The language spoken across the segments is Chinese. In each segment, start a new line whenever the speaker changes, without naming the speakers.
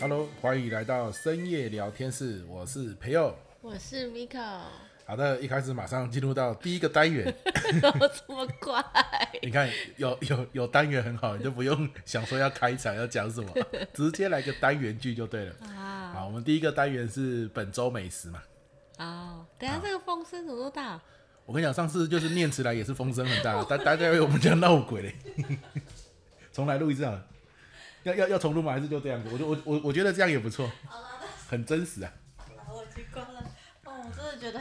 Hello，欢迎来到深夜聊天室，我是培佑。
我是 Miko，
好的，一开始马上进入到第一个单元。
都这么快，
你看，有有有单元很好，你就不用想说要开场要讲什么，直接来个单元剧就对了。
啊
好，我们第一个单元是本周美食嘛。
哦，等一下这个风声怎么那么大？
我跟你讲，上次就是念起来也是风声很大，大大家以为我们家闹鬼 嘞。重来录一次好了，要要要重录吗？还是就这样子？我就我我我觉得这样也不错，很真实啊。
我奇怪了，哦，我真的觉得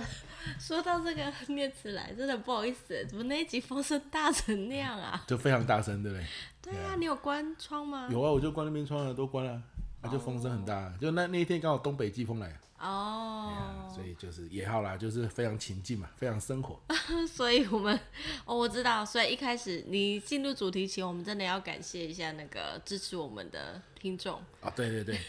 说到这个念起来，真的不好意思，怎么那一集风声大成那样啊？
就非常大声，对不对？
对啊，你有关窗吗？
有啊，我就关那边窗了，都关了，啊，就风声很大啊，就那那一天刚好东北季风来啊，
哦，
所以就是也好啦，就是非常情境嘛，非常生 活。
所以我们哦，我知道，所以一开始你进入主题前，我们真的要感谢一下那个支持我们的听众
啊，对对对，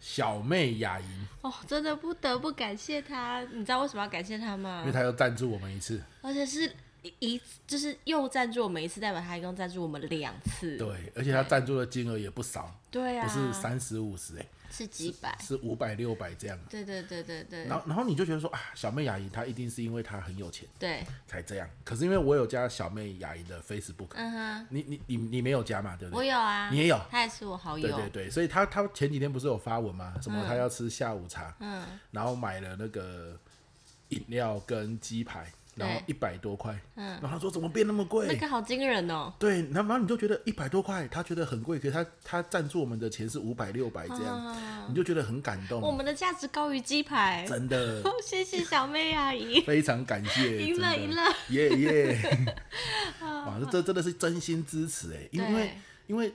小妹雅莹，
哦，真的不得不感谢他。你知道为什么要感谢他吗？
因为她又赞助我们一次，
而且是一就是又赞助我们一次，代表他一共赞助我们两次。
对，而且她赞助的金额也不少，
对啊，
不是三十五十哎，
是几百？
是五百六百这样。
对对对对对
然后然后你就觉得说啊，小妹雅莹她一定是因为她很有钱
对，
才这样，可是因为我有加小妹雅莹的 Facebook，
嗯哼，
你你你你没有加嘛，对不
我
对？
有啊，
你也有
他也是我好友。
对对对，所以她她前几天不是有发文吗？什么她要吃下午茶，
嗯，
然后买了那个饮料跟鸡排，然后一百多块，然后他说怎么变那么贵？
嗯那个好惊人哦。
对，然后然后你就觉得一百多块，他觉得很贵，可是他他赞助我们的钱是五百六百这样，你就觉得很感
嗯我
动，
们的价值高于鸡排，
嗯
哦
真的
谢谢小妹阿姨。
非常感谢，
赢了
真的
赢了，
耶 耶！哇，这这真的是真心支持哎，因为
对
因为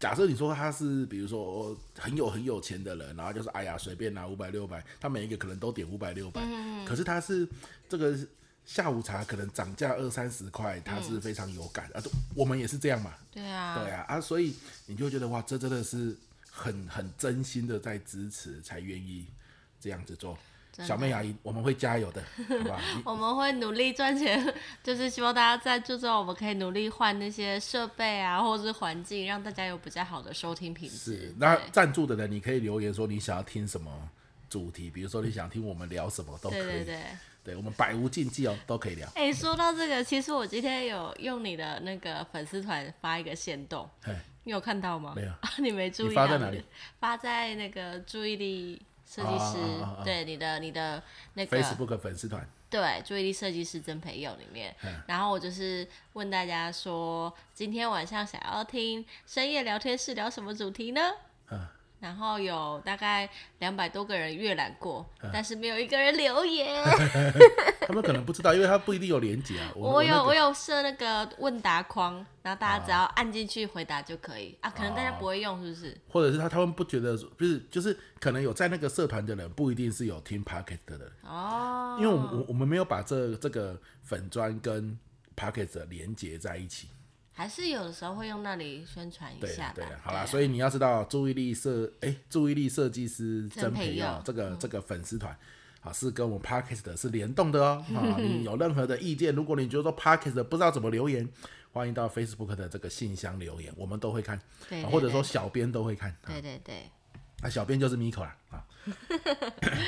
假设你说他是比如说哦很有很有钱的人，然后就是哎呀随便拿五百六百，他每一个可能都点五百六百，
嗯
可是他是这个下午茶可能涨价二三十块，他是非常有感、啊，就我们也是这样嘛，
对嗯啊，
对啊啊，所以你就觉得哇，这真的是很很真心的在支持，才愿意这样子做。小妹阿姨，我们会加油的，好 吧？你
我们会努力赚钱， 就是希望大家在这之后，我们可以努力换那些设备啊，或者是环境，让大家有比较好的收听品质
是，。那
对
赞助的人，你可以留言说你想要听什么主题，比如说你想听我们聊什么都哦可以，
对对对。
对我们百无禁忌哦，都可以聊。
哎、说到这个，其实我今天有用你的那个粉丝团发一个限动，
嘿，
你有看到吗？
没有
啊， 你没注
你
意
发
到？
在哪里？
发在那个注意力设计师，
啊啊啊啊
对你的你的那个
Facebook 粉丝团，
对注意力设计师真朋友里面，
嗯
然后我就是问大家说，今天晚上想要听深夜聊天室聊什么主题呢？
嗯
然后有大概两百多个人阅览过，
嗯
但是没有一个人留言。
他们可能不知道，因为他不一定有连接啊。我
我
我那
有
个
我有设那个问答框，然后大家只要按进去回答就可以啊。可能大家不会用，是不是？
或者是他他们不觉得，就是就是可能有在那个社团的人，不一定是有听 Pocket 的人，
哦，
因为我们我我们没有把这这个粉砖跟 Pocket 的连接在一起。
还是有的时候会用那里宣传一
对
下
了，
吧。啊
对了，好啦，
以
所以你要知道，注意力设哎、注意力设计师
真嗯
真
培
培
佑
佑这个、这个粉丝团。啊，是跟我们 Parkes 的是联动的 哦。啊，你有任何的意见，如果你觉得说 Parkes 的不知道怎么留言，欢迎到 Facebook 的这个信箱留言，我们都会看，
对
啊
对
或者说
对
小编都会看。啊
对对对，
那小编就是 Miko 啦。 啊，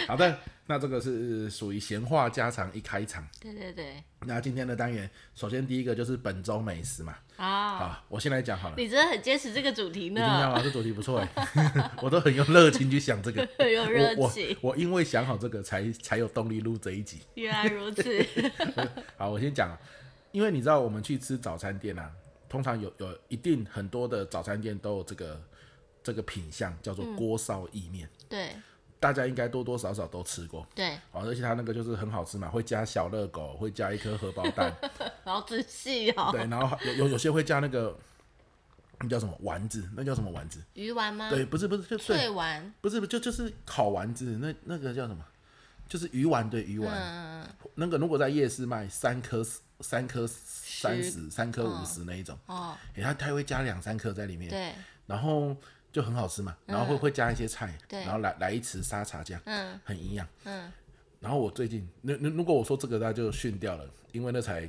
好的，那这个是属于闲话家常一开场。
对对对
那今天的单元，首先第一个就是本周美食嘛。
啊！
啊，我先来讲好了。
你真的很坚持这个主题
一定要
呢，
啊，这主题不错哎， 我都很有热情去想这个，
很 有热
我
情。
我我因为想好这个才才有动力录这一集。
原来如 此，
好，我先讲啊，因为你知道我们去吃早餐店啊，通常有有一定很多的早餐店都有这个这个品相叫做
嗯
锅烧意面，
对
大家应该多多少少都吃过。
对，
哦，而且它那个就是很好吃嘛，会加小热狗，会加一颗荷包 蛋，
好仔细哦。
对，然后有有有些会加那个那叫什么丸子，那叫什么丸子？
鱼丸吗？
对，不是不是，就对
脆丸，
不是，不就就是烤丸子，那那个叫什么？就是鱼丸对鱼丸，
嗯，
那个如果在夜市卖三颗四三颗三十三颗
嗯
五十那一种，
哦，
诶它它会加两三颗在里面，
对，嗯
然后就很好吃嘛，然后会、会加一些菜，
对
然后来来一匙沙茶酱，
嗯
很营养。
嗯，
然后我最近，那那如果我说这个，大家就训掉了，因为那才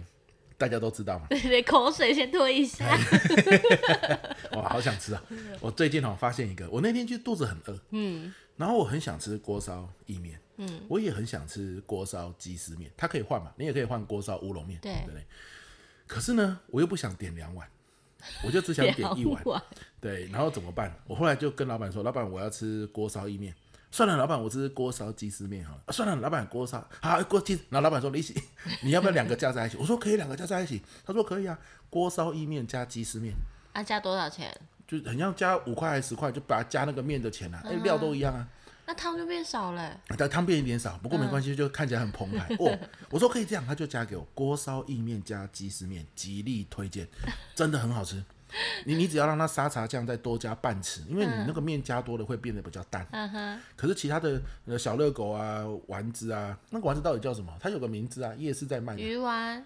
大家都知道嘛。
对 对，口水先拖一下。
哇，好想吃 啊！我最近哦发现一个，我那天就肚子很饿，嗯，然后我很想吃锅烧意面，嗯，我也很想吃锅烧鸡丝面，它可以换嘛，你也可以换锅烧乌龙面，
对
不对？可是呢，我又不想点两碗，我就只想 点一碗，
碗，
对，然后怎么办？我后来就跟老板说，老板我要吃锅烧意面。算了，老板，我吃锅烧鸡丝面好了。啊算了，老板，锅烧好锅鸡。然后老板说：“你一起， 你要不要两个加在一起？”我说：“可以，两个加在一起。”他说：“可以啊，锅烧意面加鸡丝面。”
啊，加多少钱？
就很像加五块还是十块，就把它加那个面的钱啊，
嗯
哎、料都一样啊，
那汤就变少了。
但汤变一点少，不
嗯
过没关系，就看起来很澎 湃哦。我说可以这样，他就加给我锅烧意面加鸡丝面，极力推荐，真的很好 吃。你你只要让它沙茶酱再多加半匙，因为你那个面加多了会变得比较淡。
嗯哼，
可是其他的呃小热狗啊、丸子啊，那个丸子到底叫什么？它有个名字啊，夜市在卖的，
鱼丸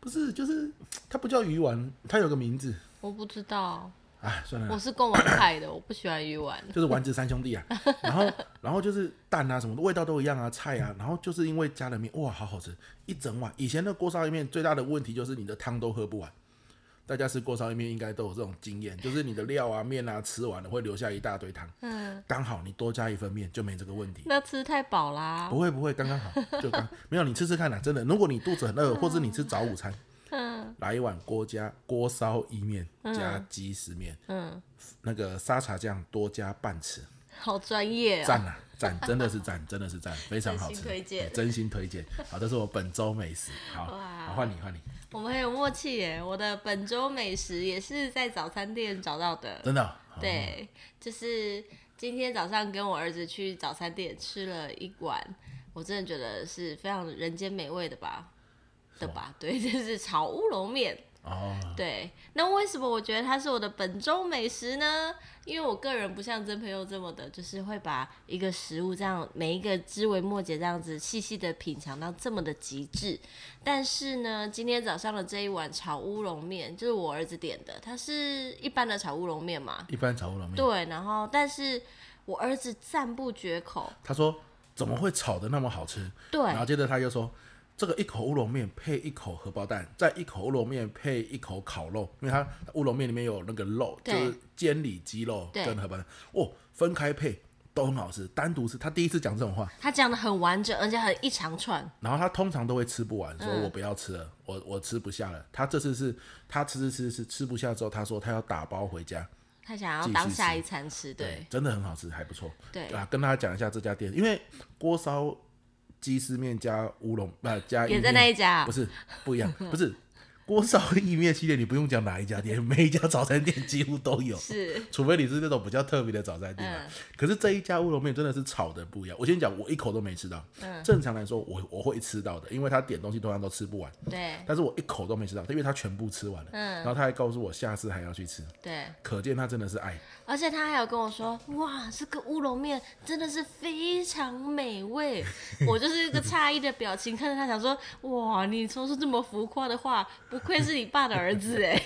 不是就是它不叫鱼丸，它有个名字。
我不知道，
哎，算了啦，
我是贡丸派的，我不喜欢鱼丸。
就是丸子三兄弟啊，然后然后就是蛋啊什么的味道都一样啊，菜啊，然后就是因为加了面，哇，好好吃，一整碗。以前的锅烧意面最大的问题就是你的汤都喝不完，大家吃锅烧意面应该都有这种经验，就是你的料啊面啊吃完了会留下一大堆汤，
嗯，
刚好你多加一份面就没这个问题。
那吃太饱啦
不。会不会，刚刚好，就刚没有你吃吃看啦、啊真的。如果你肚子很饿，或者你吃早午餐，
嗯
来一碗锅加锅烧意面加鸡丝面，
嗯，
那个沙茶酱多加半匙，
好专业哦。
赞啊，赞，真的是赞，真的是 赞，非常好吃，
真心推荐
嗯真心推荐。好，这是我本周美食。好，
哇
好换你，换你，
我们很有默契耶。我的本周美食也是在早餐店找到的。
真的哦、好，
对，就是今天早上跟我儿子去早餐店吃了一碗，我真的觉得是非常人间美味的吧，的吧？对， 就是炒乌龙面。
哦，
对，那为什么我觉得它是我的本周美食呢？因为我个人不像真朋友这么的，就是会把一个食物这样每一个枝微末节这样子细细的品尝到这么的极致。但是呢，今天早上的这一碗炒乌龙面就是我儿子点的，它是一般的炒乌龙面嘛，
一般炒乌龙面，
对，然后但是我儿子赞不绝口，
他说怎么会炒的那么好吃？
对
然后接着他就说。这个一口乌龙面配一口荷包蛋，再一口乌龙面配一口烤肉，因为它乌龙面里面有那个肉，就
对
是煎里脊肉
对
跟荷包蛋，哦，分开配都很好吃，单独吃。他第一次讲这种话，
他讲的很完整，而且很一长串，
然后他通常都会吃不完，说
嗯
我不要吃了，我我吃不下了。他这次是他吃吃吃吃吃不下之后，他说他要打包回家。
他
继
想要
续
当
吃
下一餐吃，对，
真的很好吃，还不错。
对
啊，跟大家讲一下这家店，因为锅烧鸡丝面加乌龙呃加意
也
面
在那一家啊
不，是不一样，不是锅烧意面系列，你不用讲哪一家店，每一家早餐店几乎都有。
是，
除非你是那种比较特别的早餐店嘛。
嗯
可是这一家乌龙面真的是炒的不一样。我先讲，我一口都没吃到。
嗯
正常来说，我我会吃到的，因为他点东西通常都吃不完，
对
但是我一口都没吃到，因为他全部吃完
嗯
了。然后他还告诉我下次还要去吃，
对，
可见他真的是爱。
而且他还有跟我说，哇，这个乌龙面真的是非常 美味，我就是一个诧异的表情看着他，想说，哇，你说出这么浮夸的话，不愧是你爸的儿 子哎，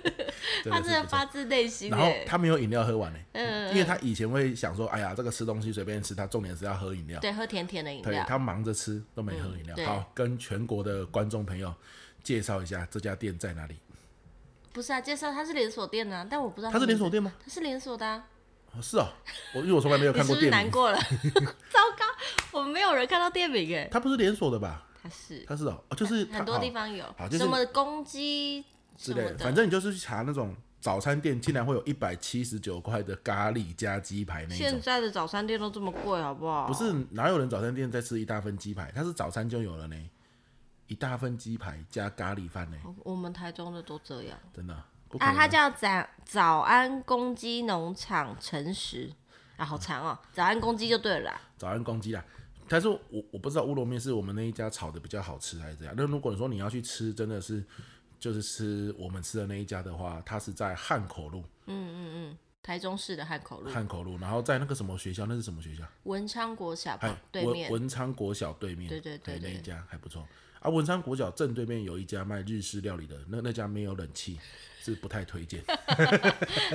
他
真
真
的是
的
不错
发自内心
然后
哎，
他没有饮料喝完呢、
嗯
因为他以前会想说，哎呀，这个吃东西随便吃，他重点是要喝饮料。
对，喝甜甜的饮
对
料，
他忙着吃都没喝饮料。
嗯对
好，跟全国的观众朋友介绍一下这家店在哪里。
不是啊，介绍他是连锁店啊，但我不知道
它是
名
连
字
锁店吗？
它是连锁的、啊，
哦是哦，我因为我从来没有
你
看
是
过
不是
店
难
名，
过了？糟糕，我们没有人看到店名哎，
它不是连锁的吧？
它是
它是哦，哦就是它
很多
哦
地方有
好，就是
什么公鸡
之
什
类
么
的，反正你就是去查那种早餐店，竟然会有一百七十九块的咖喱加鸡排那一
现
种。
在的早餐店都这么贵，好不好？
不是哪有人早餐店在吃一大份鸡排？它是早餐就有了呢，一大份鸡排加咖喱饭呢，
我，我们台中的都这样
真的不可
哦啊。
能
它
啊。
叫早早安公鸡农场诚实啊，好长哦，早安公鸡就对了啦。
早安公鸡啦，但是我我不知道乌龙面是我们那一家炒的比较好吃还是怎样。那如果你说你要去吃，真的是就是吃我们吃的那一家的话，它是在汉口路，
台中市的汉口路
汉口路，然后在那个什么学校，那是什么学校？
文昌国小
还
旁对
哎文
面，
文昌国小对面，
对对对
哎那一
对
家还不错啊，文山国小正对面有一家卖日式料理的，那那家没有冷气，是不太推荐。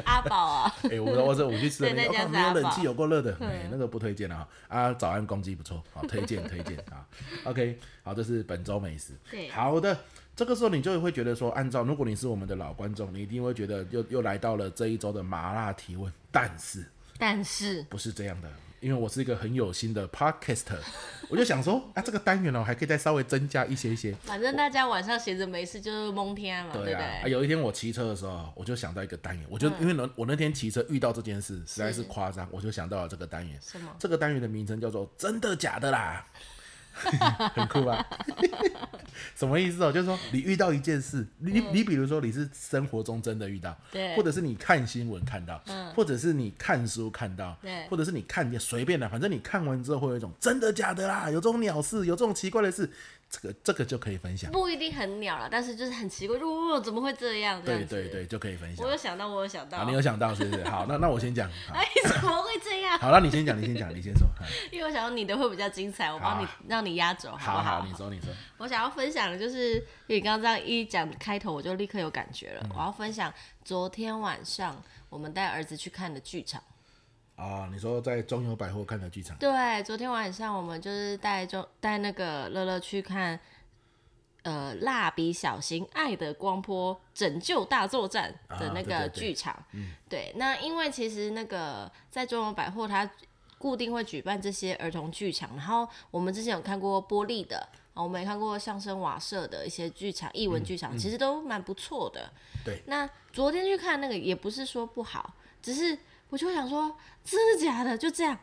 阿宝啊，
哎、我我这我去吃的那
对
个，
那家
哦
是
没有
阿
冷
宝
气，有够热的，哎、那个不推荐啊。啊，早安公鸡不错，好推荐 推荐啊。OK，好，这是本周美食。
对
好的，这个时候你就会觉得说，按照如果你是我们的老观众，你一定会觉得又又来到了这一周的麻辣提问，但是
但是
不是这样的。因为我是一个很有心的 podcaster，我就想说，啊，这个单元哦，还可以再稍微增加一些一些。
反正大家晚上闲着没事就是蒙天嘛，对
对
不
啊，啊
对？嗯
有一天我骑车的时候，我就想到一个单元，我就、因为呢，我那天骑车遇到这件事实在是夸张，我就想到了这个单元。
什么？
这个单元的名称叫做“真的假的啦”，很酷吧？ 什么意思哦？就是说你遇到一件事，你你你比如说你是生活中真的遇到，
嗯对嗯
或者是你看新闻看到，或者是你看书看到，
对
或者是你看随便的，反正你看完之后会有一种真的假的啦，有这种鸟事，有这种奇怪的事，这个这个就可以分享。
不一定很鸟了，但是就是很奇怪，哦，怎么会这样？这
对
样子，
对对，就可以分享
我。有想到，我有想到
好，，你有想到是不是？好，那那我先讲。好
哎，怎么会这样？
好，那你先讲，你先讲，你先说。
因为我想到你的会比较精彩，我帮你
好啊
让你压轴， 好不
好好，你说，你说。
我想要分享的就是，因为你刚刚这样一讲开头，我就立刻有感觉了。我要分享昨天晚上我们带儿子去看的剧场。
啊，你说在中友百货看的剧场，
对，昨天晚上我们就是带中带那个乐乐去看，呃，《蜡笔小新：爱的光波拯救大作战》的
啊
那
对
个
对嗯对
剧场。对，那因为其实那个在中友百货它。固定会举办这些儿童剧场，然后我们之前有看过玻璃的，啊，我们也看过相声瓦舍的一些剧场、艺
嗯
文剧场，其实都蛮不错的。
对，
那昨天去看那个也不是说不好，只是我就想说，真的假的？就这样，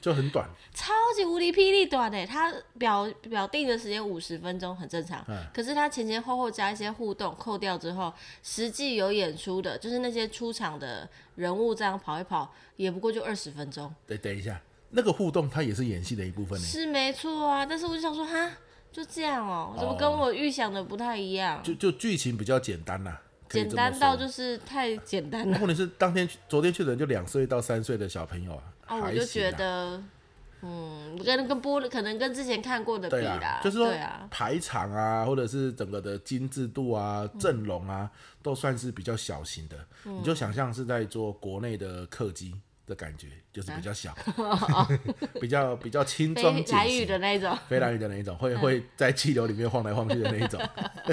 就很短，
超级无敌霹雳短的，它表表定的时间五十分钟很正常，
嗯
可是它前前后后加一些互动，扣掉之后，实际有演出的，就是那些出场的人物这样跑一跑，也不过就二十分钟，
等等一下，那个互动它也是演戏的一部分呢，
是没错啊。但是我就想说，哈，就这样哦、怎么
哦
跟我预想的不太一样？
就就剧情比较简单啦、可以
简
这么
单到
说
就是太简单 了
问题是当天去昨天去的人就两岁到三岁的小朋友啊，
啊！我
还
就
行
觉
啦
得，嗯，跟跟玻璃可能跟之前看过的比
对
啦
啊，，就是说
对啊，
排场啊，或者是整个的精致度啊、
嗯
阵容啊，都算是比较小型的。你就想象是在做国内的客机的感觉，就是比较 小，比较比较轻装
飞
简
来
行
语的那一 种。嗯
飞来鱼的那一种，会会在气流里面晃来晃去的那一种。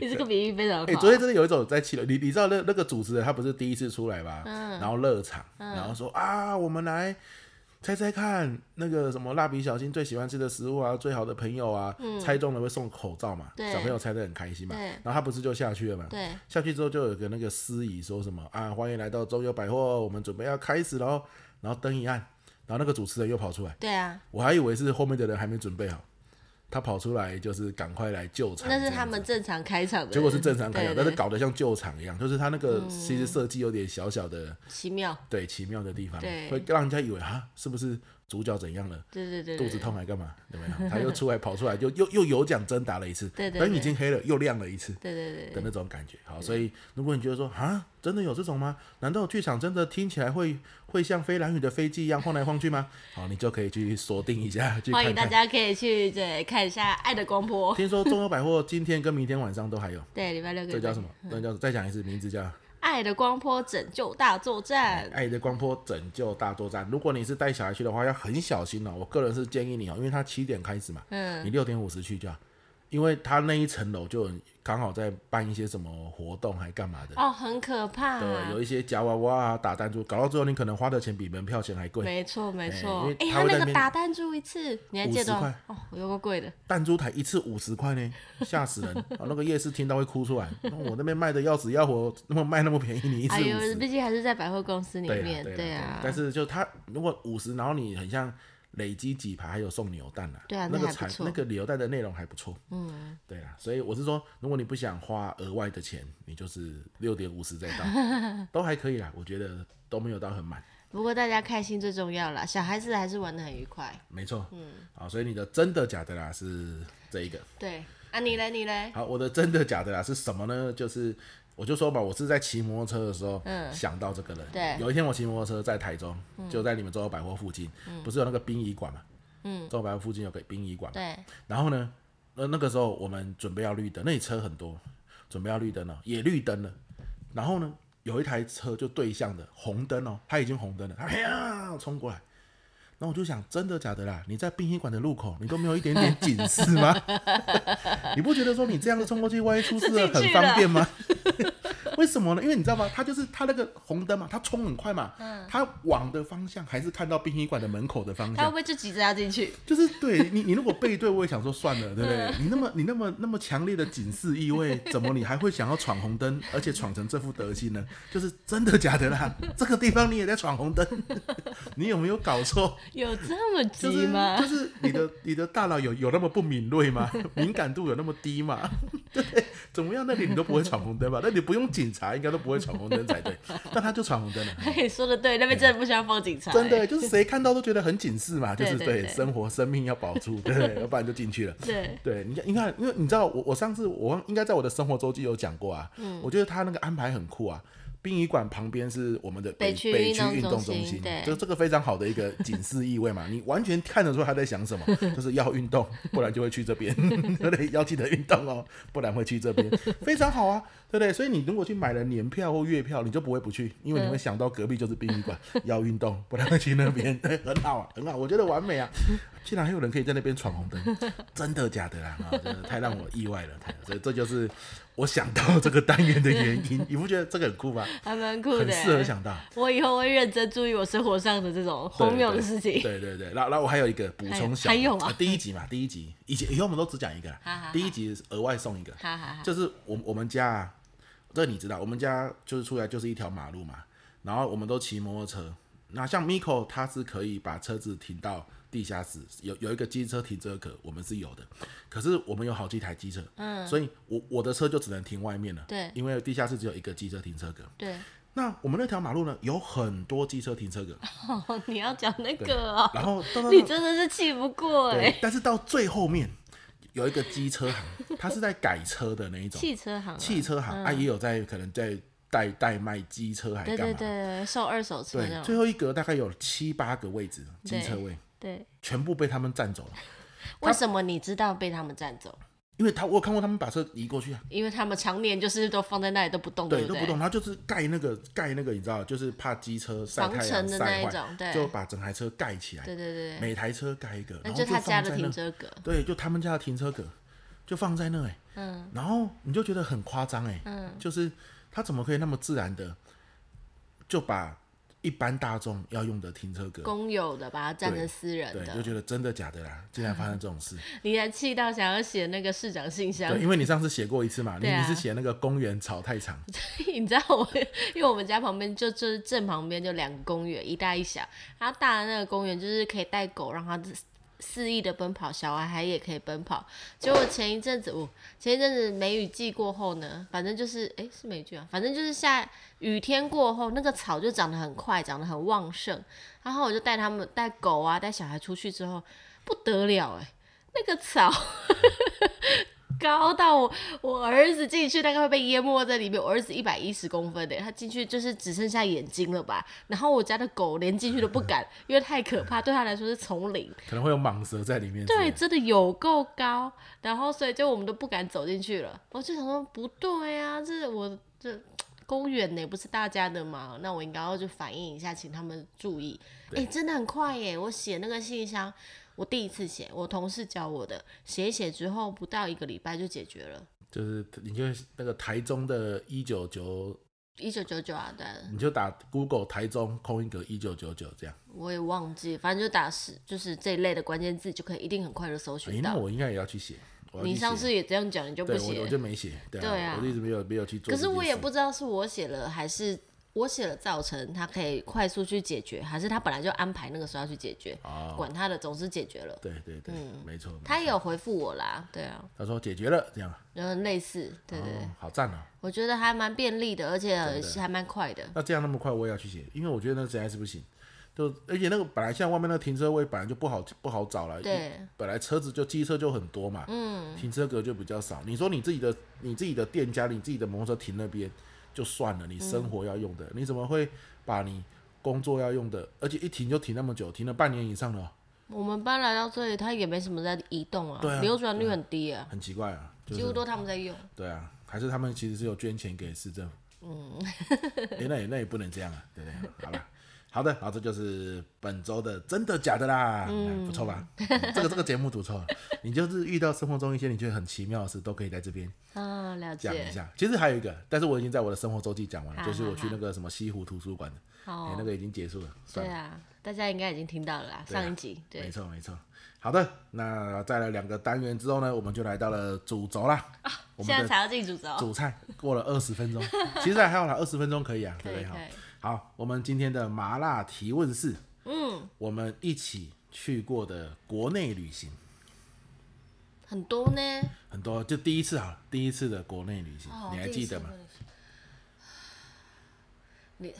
你这个比喻非常好。
哎、昨天真的有一种在气流，你你知道那那个主持人他不是第一次出来吧？
嗯
然后热场，然后说啊，我们来猜猜看那个什么蜡笔小新最喜欢吃的食物啊，最好的朋友啊，猜中了会送口罩嘛，
嗯对
小朋友猜的很开心嘛
对。
然后他不是就下去了嘛？
对
下去之后就有个那个司仪说什么啊，欢迎来到中友百货，我们准备要开始喽。然后灯一暗，然后那个主持人又跑出来，
对啊，
我还以为是后面的人还没准备好，他跑出来就是赶快来救场这
那
样子，
是他们正常开场的，
结果是正常开场，
对嗯
但是
对
搞得像救场一样，就是他那个其实设计有点小小的
奇妙，
对奇妙的地方，
对
会让人家以为啊是不是主角怎样了，
对对对，
肚
对
子痛还干嘛？有没 有？他又出来跑出来，就又又有奖征答了一次，
对对
灯已
对
经黑了又亮了一次。
对对对
的那种感觉，好，所以如果你觉得说啊，真的有这种吗？难道剧场真的听起来会会像飞蓝雨的飞机一样晃来晃去 吗？好，你就可以去锁定一下，去
对，
看看。
欢迎大家可 以去对看一下《爱的光波》，
听说中欧百货今天跟明天晚上都还有，
对，嗯礼拜六可
这
以
叫
看
什么？那叫再讲一次，名字叫《
《爱的光波拯救大作战》。
爱的光波拯救大作战》。如果你是带小孩去的话，要很小心哦。我个人是建议你哦，因为它七点开始嘛，
嗯，
你六点五十去就好，因为它那一层楼就有刚好在办一些什么活动，还干嘛的。
哦，啊很可怕，
对，有一些夹娃娃啊、打弹珠，搞到最后你可能花的钱比门票钱还贵。
没错没
因
错
为，
哎，
他
他
会在
那
那
个
边
打弹珠一次，你还记得多少
50？
哦，我有个贵的，
弹珠台一次五十块 呢，吓死人！啊，那个夜市听到会哭出来。那我那边卖的要死要活，那么卖那么便宜，你一次
哎
五
呦，
十。
毕竟还是在百货公司里
对啊
面，
对
对啊，
但是就他如果五十，然后你很像累积几盘，还有送扭蛋啊，
对啊
那
那
个
还不
产
错
那个扭蛋的内容还不错，嗯，对啊，所以我是说，如果你不想花额外的钱，你就是六点五十再到，都还可以啦，我觉得都没有到很满，
不过大家开心最重要啦，小孩子还是玩的很愉快，
没错，嗯，好，所以你的真的假的啦是这一个，
对啊，你嘞你嘞，
好，我的真的假的啦是什么呢？就是我就说吧，我是在骑摩托车的时候、想到这个人。
对
有一天我骑摩托车在台中，就在你们中华百货附近，不是有那个殡仪馆嘛？嗯，中国百货附近有个殡仪馆，
对，
然后呢，那那个时候我们准备要绿灯，那里车很多，准备要绿灯了，也绿灯了。然后呢，有一台车就对向的红灯哦，他已经红灯了，他呀冲过来。然后我就想，真的假的啦？你在殡仪馆的路口，你都没有一点点警示 吗？你不觉得说你这样冲过去，万一出事了
就进
很
去了
方便吗？ 为什么呢？因为你知道吗？他就是他那个红灯嘛，他冲很快嘛，
嗯
他往的方向还是看到殡仪馆的门口的方
他会
向
不，会就急着要进去？
就是对你，你如果背对，我也想说算了，对不
嗯
对？你那么你那么那么强烈的警示意味，怎么你还会想要闯红灯，而且闯成这副德行呢？就是真的假的啦？这个地方你也在闯红灯， 你有没有搞错？
有这么
就
急
是
吗？
就是你的你的大脑有有那么不敏锐吗？ 敏感度有那么低吗？ 对，怎么样？那里你都不会闯红灯吧？那你不用警察，应该都不会闯红灯才对。但他就闯红灯了。
嘿，哎说的对，那边真的不需要放警察、欸
真的，就是谁看到都觉得很警示嘛，就是
对对对
生活生命要保住，对不对，要不然就进去了。
对，
对，你看，你看，因为你知道我，我上次我忘应该在我的生活周记有讲过啊。嗯，我觉得他那个安排很酷啊。殡仪馆旁边是我们的
北
北
区
北
运
区
动
运
中
动
心
中心，
对
就这个非常好的一个警示意味嘛，你完全看得出他在想什么，就是要运动，不然就会去这边， 对不对？要记得运动哦，不然会去这边，非常好啊，对不对？所以你如果去买了年票或月票，你就不会不去，因为
嗯
你会想到隔壁就是殡仪馆，要运动，不然会去那边， 对很好啊，很好，我觉得完美啊。竟然还有人可以在那边闯红灯，真的假的啦？啊，真的太让我意外了，太所以这就是我想到这个单元的原因。你不觉得这个很酷吗？
还蛮酷
很
的。欸
适合想到。
我以后会认真注意我生活上的这种
对
荒谬的事情。
对对对，然后然后我还有一个补充小的，
还有还有啊
第一集嘛，第一集以前以后我们都只讲一个啦，
好好好
第一集是额外送一个，
哈哈哈，
就是我我们家啊，这你知道，我们家就是出来就是一条马路嘛，然后我们都骑摩托车。那像 Miko 他是可以把车子停到地下室，有有一个机车停车格，我们是有的。可是我们有好几台机车，嗯，所以我我的车就只能停外面了，
对
因为地下室只有一个机车停车格。
对，
那我们那条马路呢，有很多机车停车格，
哦，你要讲那个哦，
然后到到
你真的是气不过哎、
对，但是到最后面有一个机车行，他是在改车的那一种，
汽车行、啊，
汽车行、啊，也有在可能在代代卖机车还
对
干
对
嘛？
对，售二手车那
对，
种，
最后一格大概有七八个位置
对
机车位，
对。
全部被他们占走了。
为什么你知道被他们占走？
因为他我有看过他们把车移过去啊，
因为他们常年就是都放在那里都不动，
对，
不
都
对？
不懂，他就是盖那个盖那个，你知道，就是怕机车晒
防
太
尘
阳
的那
晒
一种，
坏，
对，
就把整台车盖起来，
对对对对，
每台车盖一个，
那
然后
就他
放
家
在
的
那
停车格，
对，就他们家的停车格就放在那哎、嗯，然后你就觉得很夸张哎，嗯，就是他怎么可以那么自然的就把一般大众要用的停车格，
公有的把它占成私人
对，就
的，嗯
觉得真的假的啦，竟然发生这种事，
你还气到想要写那个市长信箱
对，，因为你上次写过一次嘛，你、
对啊
你是写那个公园草太长，
你知道我， 因为我们家旁边就就是正旁边就两个公园，一大一小。然后大的那个公园就是可以带狗让它肆肆意的奔跑，小孩也可以奔跑。结果前一阵子，我、前一阵子梅雨季过后呢，反正就是诶，是梅雨季啊，反正就是下雨天过后，那个草就长得很快，长得很旺盛。然后我就带他们带狗啊带小孩出去之后，不得了诶，那个草 高到我我儿子进去大概会被淹没在里面。我儿子一百一十公分的，欸他进去就是只剩下眼睛了吧。然后我家的狗连进去都不敢，因为太可怕，对他来说是丛林。
可能会有蟒蛇在里面之类
对，
的，
真的有够高，然后所以就我们都不敢走进去了。我就想说，不对啊，这是我这公园呢不是大家的嘛，那我应该要去反映一下，请他们注意。哎、真的很快耶！我写那个信箱，我第一次写，我同事教我的，写一写之后不到一个礼拜就解决了。
就是你就那个台中的一九九，
一九九九啊，对，
你就打 Google 台中空一格一九九九这样。
我也忘记，反正就打是就是这一类的关键字，就可以一定很快就搜
诶，
寻
哎那
到。
我应该也要去写。我要
你
去
上
写
次也这样讲，你就不
对，
写
我我就没写，对啊，
对啊
我就一直没有没有去做
可
这件事。
是我也不知道是我写了还是我写了造成他可以快速去解决，还是他本来就安排那个时候要去解决，
哦
管他的，总是解决了。
对对对，没错。
嗯他也有回复我啦，对啊，
他说解决了，这样，
然后类似，对对对
哦，好赞啊！
我觉得还蛮便利的，而且
真
还蛮快的。
那这样那么快我也要去写，因为我觉得那实在是不行。就而且那个本来像外面那个停车位本来就不好不好找了，
对，
本来车子就机车就很多嘛，嗯，停车格就比较少。你说你自己的你自己的店家，你自己的摩托车停那边就算了，你
嗯
生活要用的，你怎么会把你工作要用的，而且一停就停那么久，停了半年以上了哦，
我们搬来到这里，它也没什么在移动啊，
对啊
流转率很低啊，
很奇怪啊，就
几乎
是
都他们在用。
对啊，还是他们其实是有捐钱给市政府。嗯，哎、那也那也不能这样啊，对不对？好吧，好的，好，这就是本周的真的假的啦，嗯、不错吧？嗯这个这个节目不错，你就是遇到生活中一些你觉得很奇妙的事，都可以在这边
啊，了
讲一
解。
下。其实还有一个，但是我已经在我的生活周记讲完了，
好
就是我去
好
那个什么西湖图书馆的，哎、
好
那，个已经结束了，算
哦对
了。
啊，大家应该已经听到了啦，
对啊
上一集对
没。错没错。好的，那在了两个单元之后呢，我们就来到了主轴啦。我
现
们
在
的
才要进主轴，
主菜过了二十分钟， 其实还好啦，二十分钟可以啊，
可
对不
以
对？好
可，以。
好，我们今天的麻辣提问是
嗯，
我们一起去过的国内旅行，
很多呢。
很多就第一次好了，第一次的国内旅行，
哦，
你还
第一
记
次
得吗
问？你说？ 你，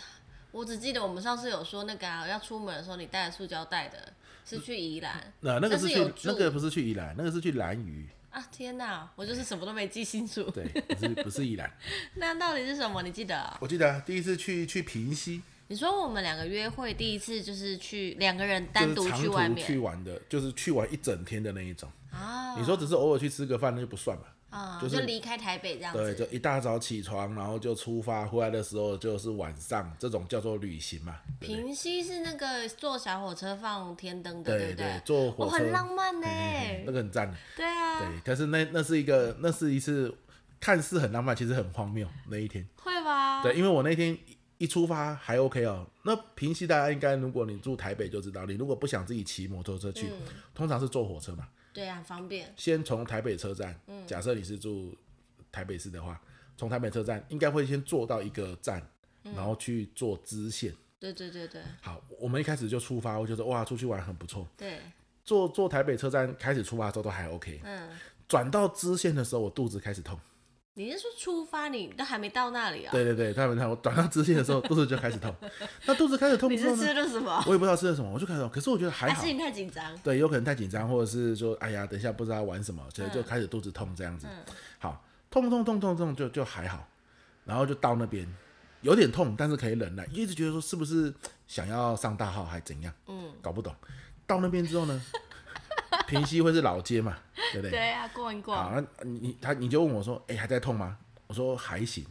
我只记得我们上次有说那个啊，要出门的时候你带了塑胶袋的，是去宜兰。
嗯那、那个
但
是
是
去
有住
那个不是去宜兰，那个是去兰屿，
啊！天哪，我就是什么都没记清楚。
对，不是不是宜兰。
那到底是什么？你记得哦、
我记得啊、第一次去去平溪，
你说我们两个约会第一次就是去两个人
就
单
是
独
长
去外
途
面
去玩的，就是去玩一整天的那一种。
啊
你说只是偶尔去吃个饭，那就不算嘛。
啊，
就是
离开台北这样
对，就
子。
一大早起床，然后就出发，回来的时候就是晚上，这种叫做旅行嘛。对不对
平溪是那个坐小火车放天灯的，
对
不
对
对？，
坐火
哦，
车
很浪漫呢。
嘿 那个很赞的。
对啊，
对，但是那那是一个，那是一次看似很浪漫，其实很荒谬那一天。
会吧？
对，因为我那天一一出发还 OK 哦。那平溪大家应该，如果你住台北就知道，你如果不想自己骑摩托车去，
嗯
通常是坐火车嘛。
对啊，很方便。
先从台北车站，
嗯
假设你是住台北市的话，从台北车站应该会先坐到一个站，
嗯
然后去坐支线。
对对对对
好，我们一开始就出发，我就说哇，出去玩很不错。
对，
坐坐台北车站开始出发的时候都还 OK，
嗯，
转到支线的时候，我肚子开始痛。
你是说出发你都还没到那里啊？
对对对，他们他我转到支线的时候，肚子就开始 痛。那肚子开始痛
你
之后
是
呢
吃，了什么？
我也不知道吃了什么，我就开始痛。可是我觉得还
还
好
是，你太紧张？
对，有可能太紧张，或者是说哎呀，等一下不知道玩什么，所以就开始肚子痛这样子。好，痛痛痛痛痛就就还好，然后就到那边有点痛，但是可以忍耐，一直觉得说是不是想要上大号还怎样，嗯，搞不懂。到那边之后呢，平溪会是老街嘛，对不对？
对啊，逛一
好，
逛。
那你你他你就问我说，哎、还在痛吗？我说还行，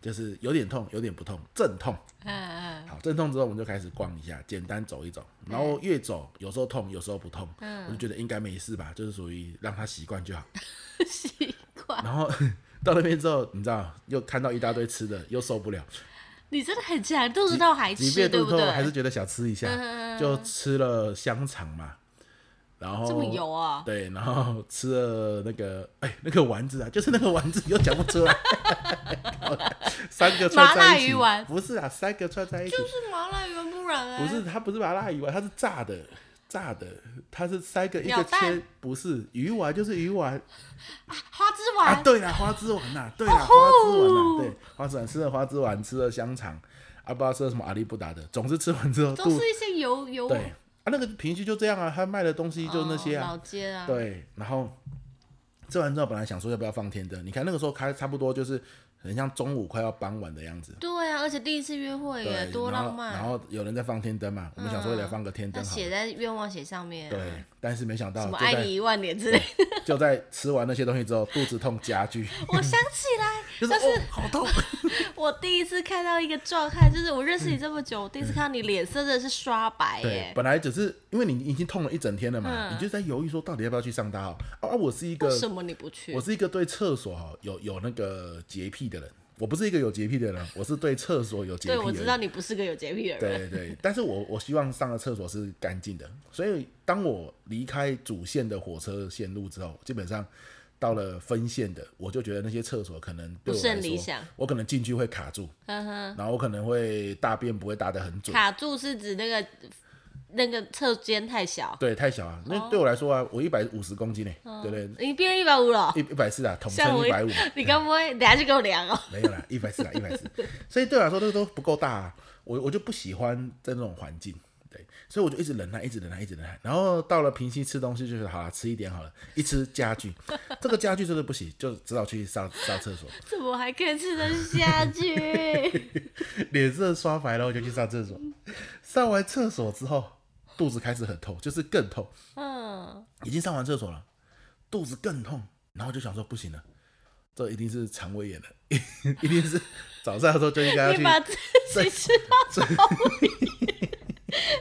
就是有点痛，有点不痛，阵痛。
嗯嗯嗯
好，阵痛之后我们就开始逛一下，简单走一走，然后越走有时候痛，有时候不痛，我就觉得应该没事吧，就是属于让他习惯就好。
嗯， 奇怪，
然后 到那边之后，你知道又看到一大堆吃的，又受不了，
你真的很强，肚子痛还
即
吃，
便
对
肚
不
子痛
对？嗯
还是觉得想吃一下，就吃了香肠嘛，然后
这么油啊？
对，然后吃了那个哎那个丸子啊，就是那个丸子又讲不 出来，三个
麻
串
辣
在一起
鱼丸，
不是啊，三个串在一起，
就是麻辣圆不然啊。
不是它不是麻辣鱼丸，它是炸的。炸的，它是三个一
鸟
个
蛋
切，不是鱼丸就是鱼丸
花枝哦
啊！
丸，
对啦，花枝丸呐，对啦，花枝丸呐，对，花枝丸吃了花枝丸，吃了香肠，啊，不知道吃了什么阿力不达的，总之吃完之后
都
肚
是一些油油
对啊，那个平时就这样啊，他卖的东西就那些啊，
哦老街啊。
对，然后吃完之后，本来想说要不要放天灯，你看那个时候开差不多就是很像中午快要傍晚的样子，
对啊，而且第一次约会耶，
对，
多
然
浪
后然
漫！
后有人在放天灯嘛，我们想说也来放个天
要
灯好了，
写在愿望写上面啊，
对，但是没想到
什
就
么爱
在
你一万年之类的。
就在吃完那些东西之后，肚子痛加剧，
我想起来，
就是
但是
哦好痛，
我第一次看到一个状态，就是我认识你这么久，我第一次看到你脸色真的是刷白
对，
耶。
本来只是因为你已经痛了一整天了嘛，
嗯
你就在犹豫说到底要不要去上大号啊，啊我是一个
为什么你不去
我？是一个对厕所哈有有那个洁癖的人，我不是一个有洁癖的人，我是对厕所有洁癖
对，
的人。
我知道你不是个有洁癖的人。
对对对，但是我我希望上的厕所是干净的，所以当我离开主线的火车线路之后，基本上到了分线的，我就觉得那些厕所可能对我
不甚
来说
理想，
我可能进去会卡住，
嗯哼，
然后我可能会大便不会大得很准，
卡住是指那个那个侧肩太小，
对，太小啊，
哦
那对我来说啊，我一百五十公斤呢、对不对？
你变一百五了哦。
一一百四啊，统
哦像
称
我
一百五，，
你该不会等下就给我量哦？
没有啦，一百四啦，一百四。所以对我来说，这个都不够大、啊，我我就不喜欢在那种环境。对，所以我就一直忍耐，一直忍耐，一直忍耐。然后到了平溪吃东西，就觉得好了，吃一点好了。一吃家 具，这个家具真的不行，就只好去上上厕所，
怎么还可以吃得下去？
脸色刷白了，我就去上厕所。上完厕所之后，肚子开始很痛，就是更痛，
嗯，
已经上完厕所了，肚子更痛，然后就想说不行了，这一定是肠胃炎了， 一定是早上的时候就应该要
你把
去
自己吃到
这
头里。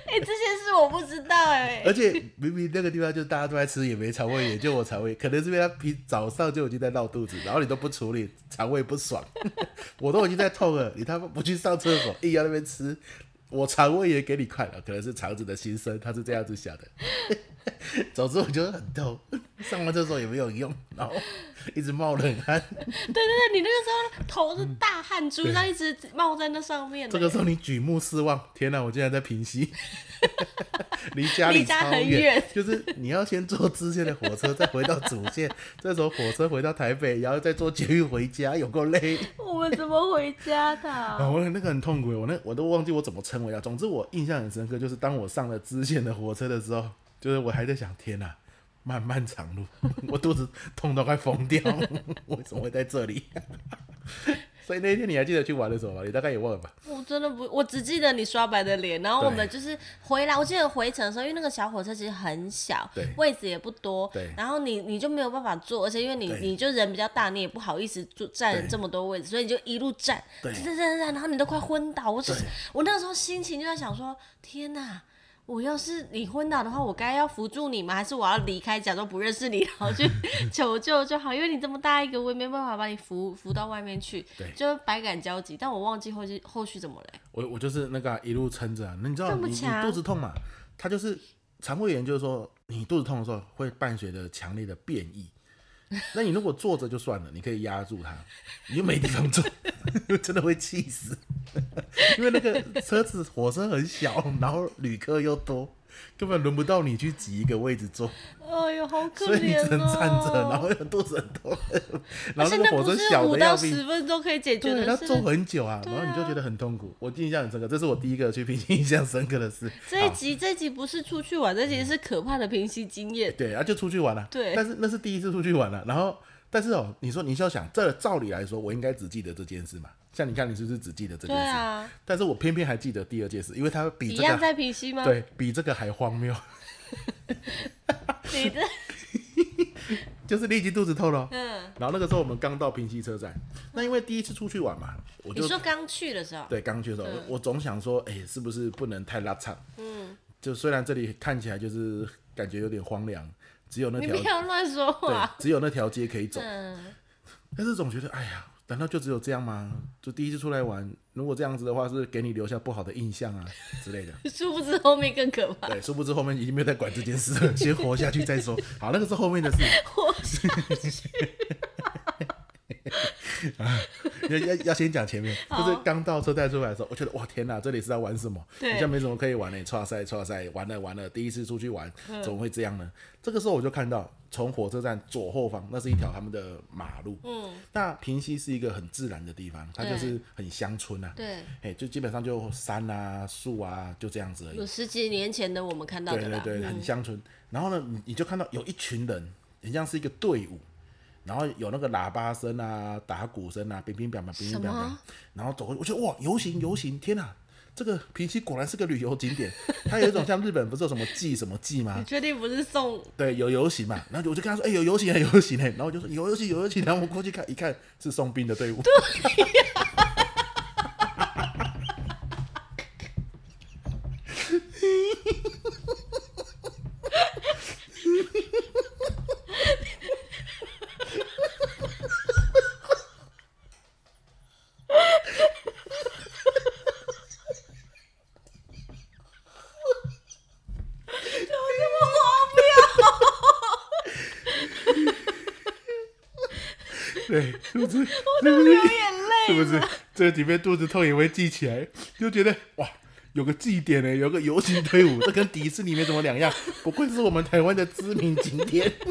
哎、这些事我不知道哎、
而且明明那个地方就大家都在吃，也没肠胃炎，就我肠胃，可能是因为他平早上就已经在闹肚子，然后你都不处理，肠胃不爽， 我都已经在痛了，你他妈不去上厕所，硬要那边吃，我肠胃也给你快了，可能是肠子的心声，他是这样子想的。 总之我觉得很痛，上完厕所也没有用，然后一直冒冷汗，
对对对，你那个时候头是大汗珠，这样一直冒在那上面、
嗯
欸。
这个时候你举目四望，天哪、我竟然在平 溪，离家里
离家
超
很远
就是你要先坐支线的火车，再回到主 线，再从火车回到台北，然后再坐捷运回家，有够累。
我们怎么回家 的
啊，
啊？
我那个很痛苦，我那我都忘记我怎么称为了。啊总之我印象很深刻，就是当我上了支线的火车的时候，就是我还在想，天哪、漫漫长路， 我肚子痛到快疯掉， 为什么会在这里？ 所以那一天你还记得去玩的时候吗？你大概也忘了吧？
我真的不，我只记得你刷白的脸，然后我
对
们就是回来，我记得回程的时候，因为那个小火车其实很小
对，
位置也不多，
对
然后你你就没有办法坐，而且因为你
对
你就人比较大，你也不好意思坐占
对
这么多位置，所以你就一路站，
对
站站站站，然后你都快昏倒，我只是
对
我那个时候心情就在想说，天哪！我要是你昏倒的话，我该要扶住你吗？还是我要离开，假装不认识你，然 后去求救就好？因为你这么大一个，我也没办法把你扶扶到外面去，
对
就是百感交集。但我忘记后续后续怎么了、欸
我我就是那个啊、一路撑着、啊，那你知道
这么
你你
强
肚子痛嘛？它就是肠胃炎，就是说你肚子痛的时候会伴随着强烈的便意。那你如果坐着就算了，你可以压住它，你就没地方坐， 真的会气死。 因为那个车子火车很小，然后旅客又多，根本轮不到你去挤一个位置坐，
哎呦，好可
所以你
怜
只能
哦！
站着，然后又肚子很痛，然
而
后
且
那个
那
火
不
车
是
小
五
的
到
要命。
十分钟可以解决
对，他
的事
坐。很久啊，
对
然后你就
啊
觉得很痛苦。我印象很深刻，这是我第一个去平行印象深刻的事。
这一
好嗯
集这一集不是出去玩，这集是可怕的平息经验。
对，啊，就出去玩了、
对
但是那是第一次出去玩了、啊然后，但是哦，你说你就要想，这照理来说，我应该只记得这件事嘛。像你看，你是不是只记得这
对
件事？
啊，
但是我偏偏还记得第二件事，因为它比
一
这
样
个
在平息吗？
对比这个还荒谬。
你的
就是你已经肚子痛了哦、
嗯，
然后那个时候我们刚到平西车站，那因为第一次出去玩嘛，我就
你说刚去的时候，
对，刚去的时候，
嗯
我总想说，哎、是不是不能太拉差？嗯，就虽然这里看起来就是感觉有点荒凉，只有那
你
条
不要乱说
对
话。，
只有那条街可以走，
啊嗯，
但是总觉得，哎呀，难道就只有这样吗？就第一次出来玩，如果这样子的话，是不是给你留下不好的印象啊之类的。
殊不知后面更可怕。
对，殊不知后面已经没有在管这件事了，先活下去再说。好，那个是后面的事，
我想
要要要先讲前面，就是刚到车站出来的时候，我觉得哇天哪，这里是在玩什么？
对
好像没什么可以玩呢，串赛串赛，完了完了，第一次出去玩
嗯
怎么会这样呢？这个时候我就看到从火车站左后方，那是一条他们的马路。嗯，那平溪是一个很自然的地方，它
对
就是很乡村啊。
对，
哎，就基本上就山啊、树啊，就这样子而已。
有十几年前的我们看到
对
的
对
啦。嗯
对，很乡村。然后呢，你你就看到有一群人，很像是一个队伍，然后有那个喇叭声啊、打鼓声啊，乒乒乓乓，乒乒
什
乓乓
么，
然后走过去，我觉得哇，游行游行，天哪！这个平溪果然是个旅游景点，它有一种像日本不是有什么祭什么祭吗
你？确定不 是送？
对，有游行嘛，然后我就跟他说，哎、有游行，有游行哎，然后我就说有游行，有游行，然后我过去看一看，是送兵的队 伍。
怎么这么荒谬？
对，是不是？
我都流眼
是
泪
不
了。
是？这几遍肚子痛也会记起来，就觉得哇，有个祭典呢，有个游行队伍， 这跟迪士尼没什么两样。不愧是我们台湾的知名景点。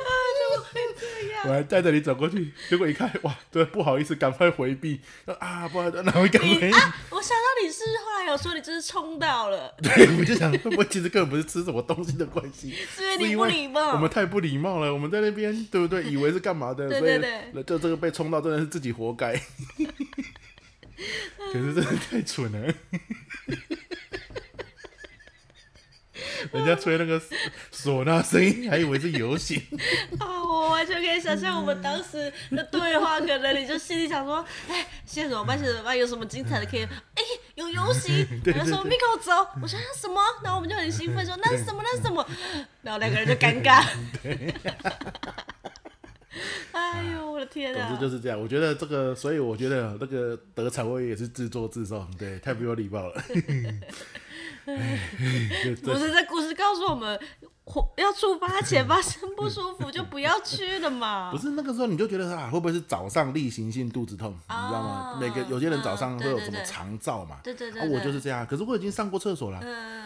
啊，怎么会这样？
我还带着你走过去，结果一看，哇，对，不好意思，赶快回避。 说啊，不好意思，哪会赶
你
回？
啊，我想到你是后来有说你就是冲到 了，
对，我就想，会不会其实根本不是吃什么东西的关系，
是因为你
因
不
为
礼貌。
我们太不礼貌了，我们在那边，对不 对？以为是干嘛的？
对
所以
对
就这个被冲到，真的是自己活该。可是真的太蠢 了。人家吹那个唢呐声音，还以为是游 行。
啊，我完全可以想象我们当时的对话，可能你就心里想说，哎，现在怎么办？现在怎么办？有什么精彩的可以？哎，有游行，
对对对
然后说 Miko 走，我说啊什么？然后我们就很兴奋说那是什么？那是什么？然后两个人就 尴尬。 哎呦，我的天
总
啊
之！就是这样，我觉得这个，所以我觉得那个德产位也是自作自受，对，太不有礼貌了。
不是这故事告诉我们，火要出发前发生不舒服就不要去了嘛
不。是那个时候你就觉得啊，会不会是早上例行性肚子痛，你知道
哦
吗？每个有些人早上会有什么肠燥嘛，
对对对
啊，
对嗯
我就是这样。可是我已经上过厕所了，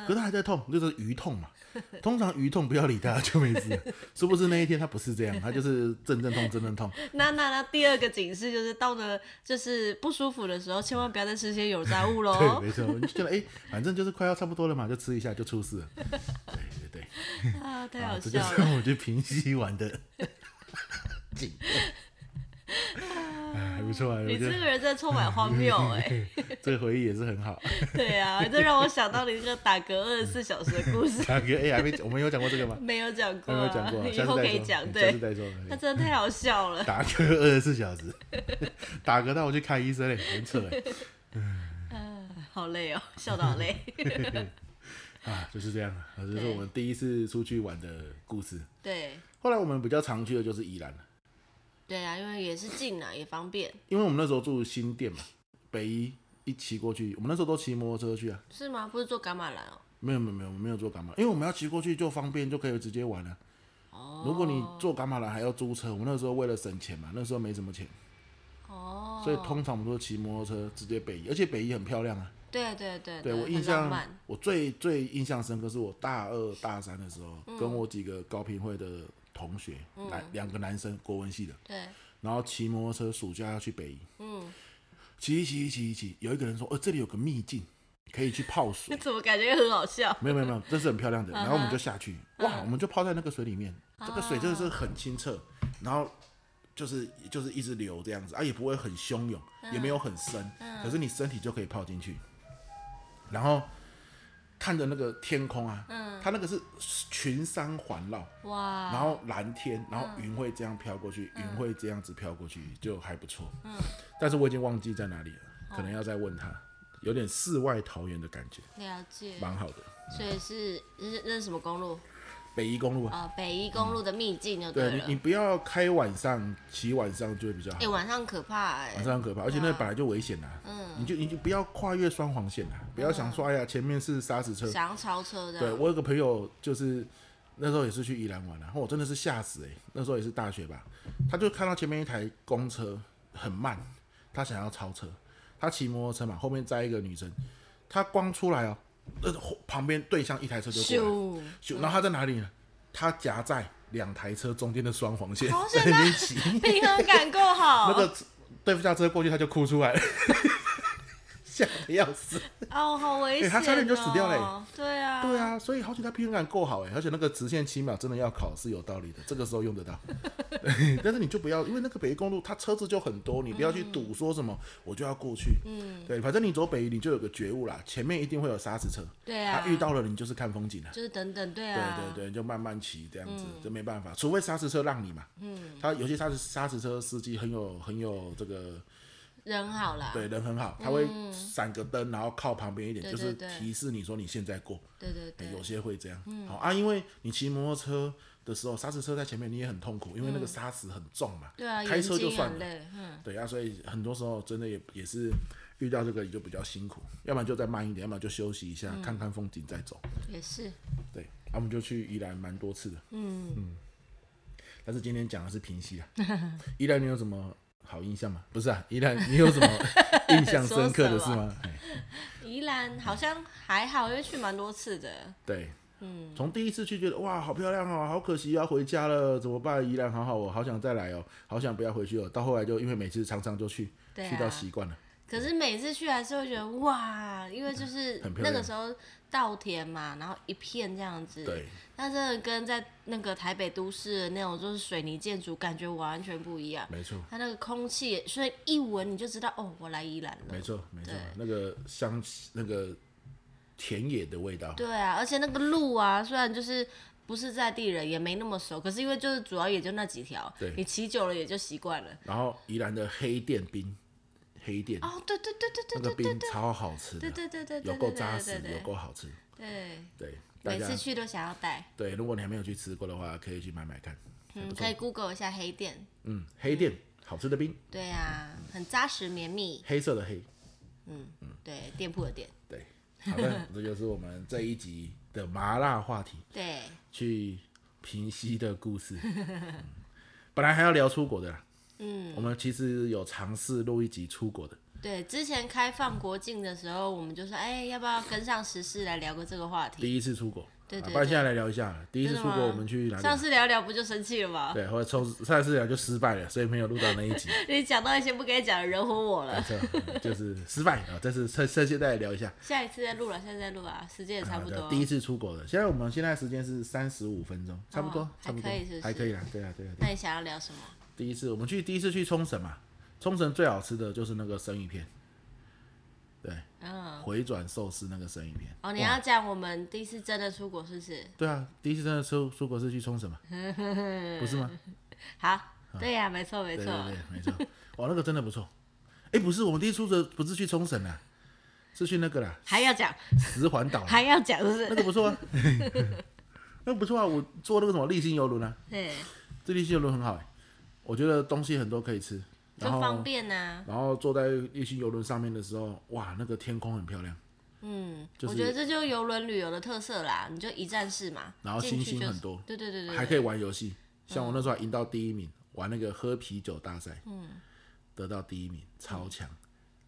可是他还在痛，就是鱼痛嘛。 通常鱼痛不要理他就没 事了，是不是那一天他不是这样，他就是阵阵痛阵阵痛，
那那那第二个警示就是到了就是不舒服的时候，千万不要再吃些有炸
对，
物喽。
没错，你就觉得哎、反正就是快要差不多了嘛，就吃一下就出事了。对对对。
啊，太
啊
好
这就
笑
是
了。
我去平息玩的景 观，哎还不错啊，我
你
觉
这
得
个人真的充满荒 谬哎、
这个回忆也是很好。
对啊，这让我想到你那个打嗝二十四小时的故事，
大哥，哎，还没我们有讲过这个 吗？
没有讲
还
过、
没有
啊，
讲过啊，
以
下
后
次再
可以
说，
讲，
嗯下次
对，
再说。
那真的太好笑了。
打嗝二十四小时， 打嗝到我去看医生嘞，很扯 哎
好累哦，笑到好 累。
啊，就是这样啊，这就是
对
我们第一次出去玩的故事。
对
后来我们比较常去的就是宜兰了，
对啊，因为也是近啊，也方便，
因为我们那时候住新店嘛，北宜一骑过去，我们那时候都骑摩托车去啊，
是吗？不是坐伽马兰哦。
没有没有没有，我没有做感冒，因为我们要骑过去就方便，就可以直接玩了。
哦，
如果你做感冒了还要租车，我们那时候为了省钱嘛，那时候没什么钱，
哦，
所以通常我们都骑摩托车直接北移，而且北移很漂亮啊。
对对对
对我
嗯很
印
浪
象
漫，
我最最印象深刻是我大二大三的时候，
嗯
跟我几个高频会的同学，男两个男生，国文系的，
对，
然后骑摩托车暑假要去北移，
嗯，
骑一骑一骑一骑，有一个人说，哦，这里有个秘境，可以去泡 水
你。怎么感觉很 好笑？
没有没有没有，这是很漂亮的。然后我们就下去，哇，我们就泡在那个水里面，这个水真的是很清澈，然后就是就是一直流这样子啊，也不会很汹涌，也没有很深，可是你身体就可以泡进去，然后看着那个天空啊，它那个是群山环绕，
哇，
然后蓝天，然后云会这样飘过去，云会这样子飘过去，就还不错。嗯，但是我已经忘记在哪里了，可能要再问他，有点世外桃源的感觉，
了解，
蛮好的。
所以是那那是什么公路
北宜公路啊，
啊、北一公路的秘境就
对啊
了。
你，你不要开晚上，骑晚上就会比较好。
哎、晚上可怕哎、
晚上很可怕，而且那本来就危险啦、啊嗯，你就你就不要跨越双黄线啦、不要想说、哎呀前面是砂石车。
想要超车这
对
样。
我有个朋友就是那时候也是去宜兰玩啦、啊我真的是吓死哎、那时候也是大学吧，他就看到前面一台公车很慢，他想要超车，他骑摩托车嘛，后面载一个女生，他光出来哦，呃后旁边对向一台车就过来了，咻
咻！
然后他在哪里呢？他夹在两台车中间的双黄线，
好险
在那边骑。
平衡感够好。
那个对付下车过去，他就哭出来了，吓得要死。
哦，好危险、
哎
哦
他差点就死掉了哎
对啊，
对，啊，所以好险他平衡感够好哎，而且那个直线七秒真的要考是有道理的，这个时候用得 到。对但是你就不要，因为那个北宜公路它车子就很多，你不要去
嗯
赌说什么、我就要过去。嗯，对，反正你走北宜你就有个觉悟啦，前面一定会有砂石车，
对啊，
遇到了你就是看风景了。
就是等等，对
对
啊，
对对，就慢慢骑这样子，
嗯
这、没办法，除非砂石车让你嘛。嗯，他有些砂石砂石车司机很有很有这个
人好啦，
对，人很好，他会闪个灯，然后靠旁边一点，
嗯对
就是
对对
提示你说你现在过。
对对
哎
对嗯
有些会这样。好啊，因为你骑摩托车的时候，砂石车在前面，你也很痛苦，因为那个砂石很重嘛。
嗯对啊，
开
眼
车就
睛
算
很
了。
累，嗯，
对啊，所以很多时候真的也也是遇到这个也就比较辛苦，要不然就再慢一点，要不然就休息一
嗯
下，看看风景再走。
也是，
对，啊，我们就去宜兰蛮多次的。嗯但是今天讲的是平溪 啊，宜兰你有什么好印象吗？不是啊，宜兰你有什 么印象深刻的事吗？哎
宜兰好像还好，因为去蛮多次的，
对，嗯，从第一次去觉得哇，好漂亮哦，好可惜要回家了，怎么办？宜兰好好哦，好想再来哦，好想不要回去哦。到后来就因为每次常常就去，
对啊
去到习惯了，
可是每次去还是会觉得哇，因为就是
很漂
那
亮
个时候稻田嘛，然后一片这样子，
对，
那真的跟在那个台北都市的那种就是水泥建筑感觉完全不一样。
没错，
它那个空气，所以一闻你就知道哦，我来宜兰了
没。错，没错
对，
那个香那个田野的味道，
对啊，而且那个路啊，虽然就是不是在地人，也没那么熟，可是因为就是主要也就那几条
对，
你骑久了也就习惯了。
然后宜兰的黑店冰，黑店、
哦，对对对对对
那个
对对
冰超好吃
对
的，
对对对对对，
有够扎实，
对
有够好吃，
对，
对，大
每
家
次去都想要带。
对，如果你还没有去吃过的话，可以去买买看，还
嗯，
不
可
错
以 Google 一下黑店。
嗯，黑店好吃的冰，
对啊，很扎实绵密。
黑色的黑，
对，店铺的店。
对，好 的，这就是我们这一集的麻辣话题。
对，
去平息的故 事。嗯本来还要聊出国的啦，嗯，我们其实有尝试录一集出国的，
对，之前开放国境的时候，我们就说，哎、要不要跟上时事来聊个这个话题？
第一次出国，
对对
啊不然现在来聊一下，第一次
真
出
的
国
吗
我们去哪
上
里？啊
次聊聊不就生气了吗？
对，或者抽上次聊就失败了，所以没有录到那一集，
你讲到一些不该讲的，惹火我
没
了。
错，嗯就是失败啊。这次趁趁现在来聊一下，
下一次再录了，下次再录啊，时间也差
好
不多。
的，第一次出国的。现在我们现在时间是三十五分钟，差不多
哦，
差不多
还可以是不是，
还可以啦，对啊，对啊。对啊
那你想要聊什么？
第一次我们去第一次去冲绳嘛，冲绳最好吃的就是那个生鱼片，对，
嗯，
回转寿司那个生鱼片。
哦，你
哇
要讲我们第一次真的出国是不是？
对啊，第一次真的出出国是去冲绳 嘛，不是吗？
好，对呀、没错没
啊对
错
对。对，没错。哇，那个真的不错。哎，不是，我们第一次出的不是去冲绳啊，是去那个啦，
还要讲，
石环岛啦，
还要讲，是不是
那？个不错啊，那个不错啊。我坐那个什么立新游轮啊，
对，
这立新游轮很好哎、我觉得东西很多可以吃，
就
然后
方便呐、
然后坐在立新游轮上面的时候，哇，那个天空很漂亮，
嗯，
就是
我觉得这就是游轮旅游的特色啦，你就一站式嘛，
然后
进
星
去
星
就
很多
对对对对，
还可以玩游戏。像我那时候还赢到第一名，玩那个喝啤酒大赛，嗯，得到第一名，超强。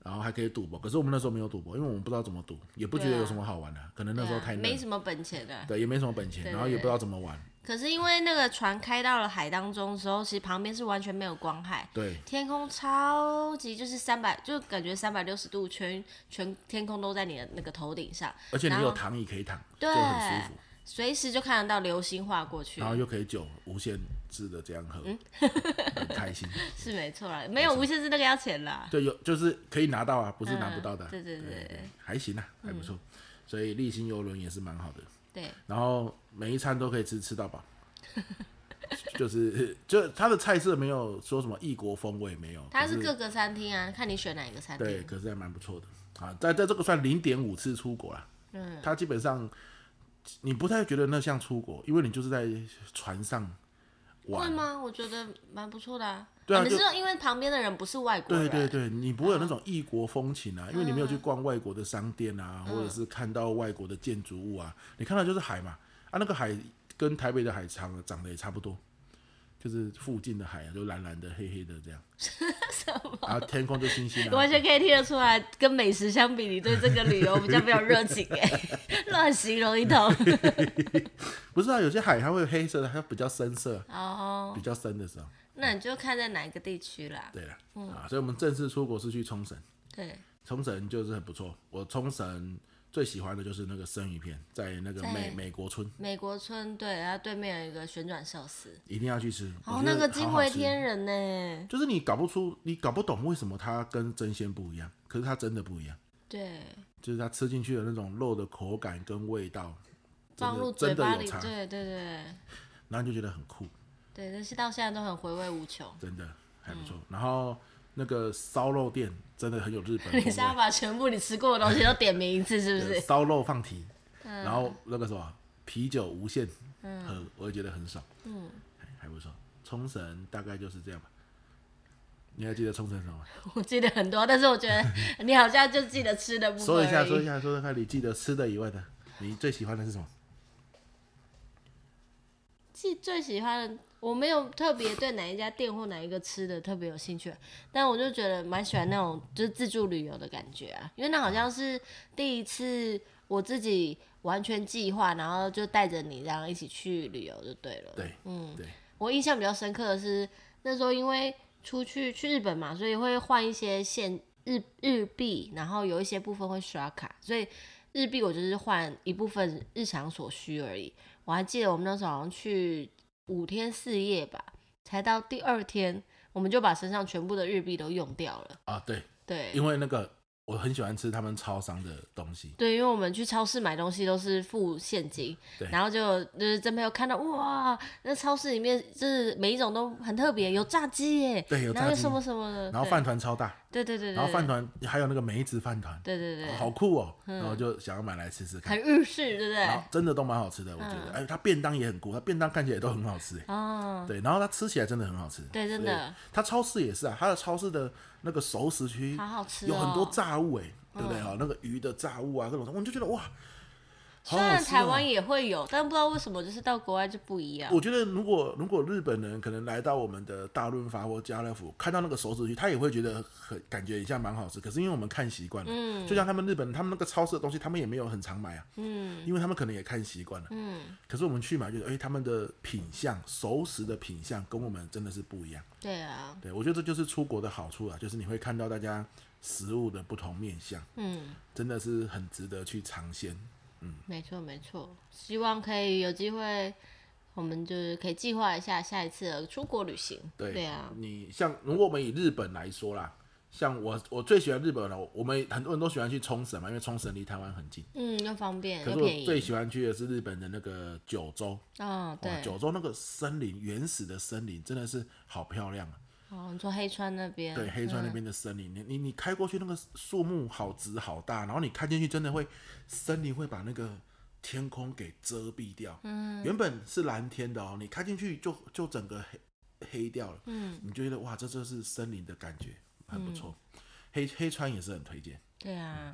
然后还可以赌博，可是我们那时候没有赌博，因为我们不知道怎么赌，也不觉得有什么好玩的、可能那时候
对啊
太嫩
没，什么本钱的。
对，也没什么本钱，
对
然后也不知道怎么玩，
可是因为那个船开到了海当中的时候，其实旁边是完全没有光害，
对，
天空超级就是三百，就感觉三百六十度全全天空都在你的那个头顶上，
而且你
然
有
后
躺椅可以躺，就
对
很舒服，
随时就看得到流星划过去
然，后又可以酒无限制的这样喝，很开心。
是没错啦，没有无限制那个要钱啦。
对，有就是可以拿到啊，不是拿不到的啊，
嗯对对对嗯
对，还行啊，还不错，所以立新游轮也是蛮好的。
对，
然后每一餐都可以吃吃到 饱，就是就它的菜色没有说什么异国风味没有，
它
可
是各个餐厅啊，看你选哪一个餐
对，
厅。
可是还蛮不错的啊，在在这个算零点五次出国啦，
嗯，
它基本上你不太觉得那像出国，因为你就是在船上
会
玩，
吗？我觉得蛮不错的啊。
对啊
你是
就
说因为旁边的人不是外国嗯
对
人？
对对，你不会有那种异国风情啊，因为你没有去逛外国的商店啊，或
嗯
者是看到外国的建筑物啊，你看到就是海嘛，啊，那个海跟台北的海长长得也差不多，就是附近的海啊，就蓝蓝的、黑黑的 这样，啊，天空就星星
我
啊
完，全可以听得出来，跟美食相比，你对这个旅游比较没有热情哎、 乱形容 一通。
不是啊，有些海它会有黑色的，它比较深色，
哦，
比较深的时候，
那你就看在哪一个地区啦。
对了，
嗯
啊，所以我们正式出国是去冲绳，
对，
冲绳就是很不错，我冲绳最喜欢的就是那个生鱼片，在那个美
在
美国村
美国村对，然后对面有一个旋转寿司，
一定要去吃，我
哦，
觉
那
得好
个惊
好
为
吃
天人呢、
就是你搞不出，你搞不懂为什么它跟真鲜不一样，可是它真的不一样，
对，
就是它吃进去的那种肉的口感跟味道，真
放入
的
嘴
真的
巴
有
里，
差，
对对对
然后你就觉得很酷，
对，但是到现在都很回味无穷。
真的还不
嗯
错。然后那个烧肉店真的很有日本
你是要
风
把全部你吃过的东西都点名一次，是不
味，
是？
烧肉放题，
嗯
然后那个什么啤酒无限喝，我也觉得很爽，嗯，还不错。冲绳大概就是这样吧。你还记得冲绳什么吗？
我记得很多，但是我觉得你好像就记得吃的部分
说一下，
而已
说一下，说说看，你记得吃的以外的，你最喜欢的是什么？
记最喜欢的，我没有特别对哪一家店或哪一个吃的特别有兴趣，但我就觉得蛮喜欢那种就是自助旅游的感觉啊，因为那好像是第一次我自己完全计划，然后就带着你这样一起去旅游就对了。
对，嗯，对。
我印象比较深刻的是那时候因为出去去日本嘛，所以会换一些现日日币，然后有一些部分会刷卡，所以日币我就是换一部分日常所需而已。我还记得我们那时候好像去五天四夜吧，才到第二天，我们就把身上全部的日币都用掉了。
啊，对，
对
因为那个我很喜欢吃他们超商的东西，
对，因为我们去超市买东西都是付现金
对，
然后就就是真朋友看到哇，那超市里面就是每一种都很特别，有炸鸡耶，
对有
然后
炸
有
鸡
什么什么的，
然后
对
饭团超大，
对对对对，
然后饭
对
团还有那个梅子饭团，
对对对，
好酷哦，然后就想要买来吃吃看
很，嗯日式，对不
然
对
后？真的都蛮好吃的，我觉得，哎，它便当也很酷，它便当看起来也都很好吃，哎
啊，
对，然后它吃起来真的很好吃，
对真的，
它超市也是啊，它的超市的那个熟食区
好好吃哦嗯
有很多炸物，哎，对不对哦，那个鱼的炸物啊，各种，我就觉得哇，好
虽
好
然
吃
台
哦
湾也会有，但不知道为什么就是到国外就不一样。
我觉得如果如果日本人可能来到我们的大润发或家乐福，看到那个手指鱼，他也会觉得很感觉一下蛮好吃。可是因为我们看习惯了，就像他们日本人，他们那个超市的东西，他们也没有很常买啊，嗯，因为他们可能也看习惯了，嗯。可是我们去买，就是哎、他们的品相，熟食的品相跟我们真的是不一样。
对啊，
对我觉得这就是出国的好处啊，就是你会看到大家食物的不同面相，
嗯，
真的是很值得去尝鲜。
没错没错，希望可以有机会，我们就是可以计划一下下一次的出国旅行。
对，
啊，
你像如果我们以日本来说啦，像我我最喜欢日本了，我我们很多人都喜欢去冲绳嘛，因为冲绳离台湾很近。
嗯，又方便
可
又
是我
便
最
宜。
喜欢去的是日本的那个九州，
啊，
哇，
对，
九州那个森林，原始的森林真的是好漂亮啊！
哦，你说黑川那边，
对，黑川那边的森林，你你你开过去那个树木好直好大，然后你看进去真的会，森林会把那个天空给遮蔽掉。嗯，原本是蓝天的哦，你开进去就就整个黑黑掉了。嗯，你就觉得哇，这就是森林的感觉，很不错。黑黑川也是很推荐。
对啊，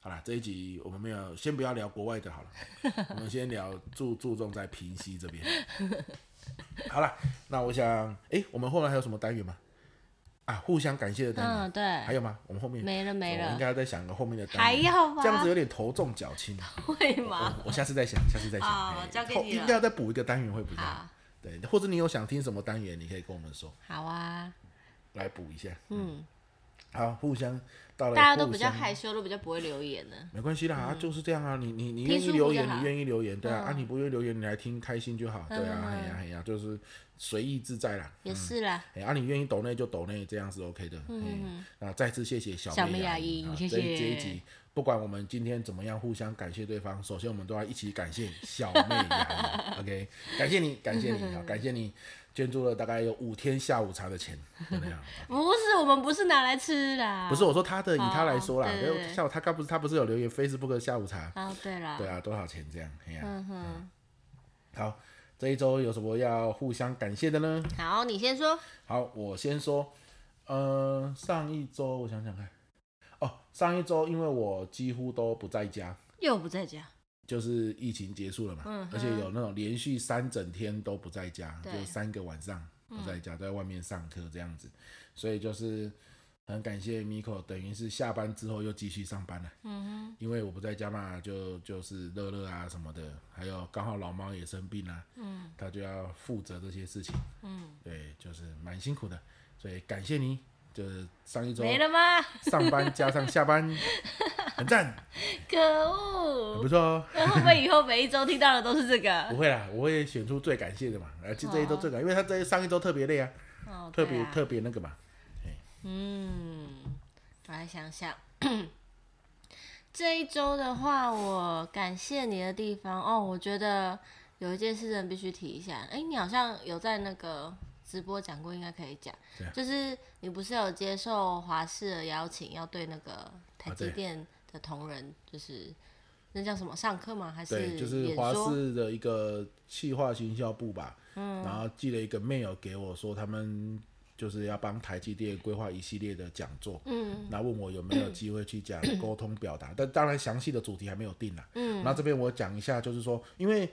好啦，这一集我们没有，先不要聊国外的好了，我们先聊注注重在平西这边。好啦，那我想，诶，我们后来还有什么单元吗？啊，互相感谢的单元。
嗯，
还
对，
有吗？我们后面
没了没
我应
了，
该要再想个后面的单
还
元
要啊吗？
这样子有点头重脚轻。
会吗？
我我下次再想，下次再想。
好
哎
哦交给
后
你了
应该要再补一个单元会比较好。
好，
对，或者你有想听什么单元，你可以跟我们说，
好啊，
来补一下。
嗯，
好，互相到了，
大家都比较
互相
害嗯羞，都比较不会留言呢。
没关系啦，啊就是这样啊。你你你
听
愿意
舒服
留
就
言，
好
你愿意留言，对啊。啊，你不愿意留言，你来听开心就好，对啊。
嗯
哎呀哎呀，就是随意自在啦。
也是啦，
哎，啊，你愿意抖内就抖内，这样是 OK 的。嗯，那再次谢谢小
小
妹
妹
阿
阿姨
啊
谢
这一
谢
这一集，不管我们今天怎么样互相感谢对方，首先我们都要一起感谢小妹阿姨。OK，感 谢你，感谢你，好，感谢你捐助了大概有五天下午茶的钱，怎 么样？
不是，我们不是拿来吃的，
不是我说他的，以他来说啦，
哦对对对
下午他刚不是他不是有留言 Facebook 的下午茶，
啊，对啦，
对啊，多少钱这样？哎呀、
嗯哼，
好，这一周有什么要互相感谢的呢？
好，你先说，
好，我先说，呃，上一周我想想看，哦，上一周因为我几乎都不在家，
又不在家，
就是疫情结束了嘛，
嗯哼
而且有那种连续三整天都不在家，
对
就三个晚上不在家，都在外面上课这样子，所以就是很感谢 Miko，等于是下班之后又继续上班了，
嗯
因为我不在家嘛，就就是乐乐啊什么的，还有刚好老猫也生病啦、啊
嗯
他就要负责这些事情，
嗯，
对，就是蛮辛苦的，所以感谢你，就是上一周
没了吗？
上班加上下班，很赞，
可
很
恶，
不错哦。
那会不会以后每一周听到的都是这
不
个？
会啦，我会选出最感谢的嘛，而且这一周最感，因为他这一上一周特别累啊，
哦，
特别、
对啊
特别那个嘛，
嗯，我来想想。 这一周的话，我感谢你的地方哦，我觉得有一件事情必须提一下。哎，你好像有在那个直播讲过，应该可以讲
对啊，
就是你不是有接受华视的邀请，要对那个台积
啊对
电的同仁，就是那叫什么上课吗？还是
对，就是
演
华
说？
视的一个企划行销部吧，
嗯
然后寄了一个 mail 给我说他们就是要帮台积电规划一系列的讲座，
嗯
那问我有没有机会去讲沟通表达，但当然详细的主题还没有定啦。
嗯
那这边我讲一下，就是说，因为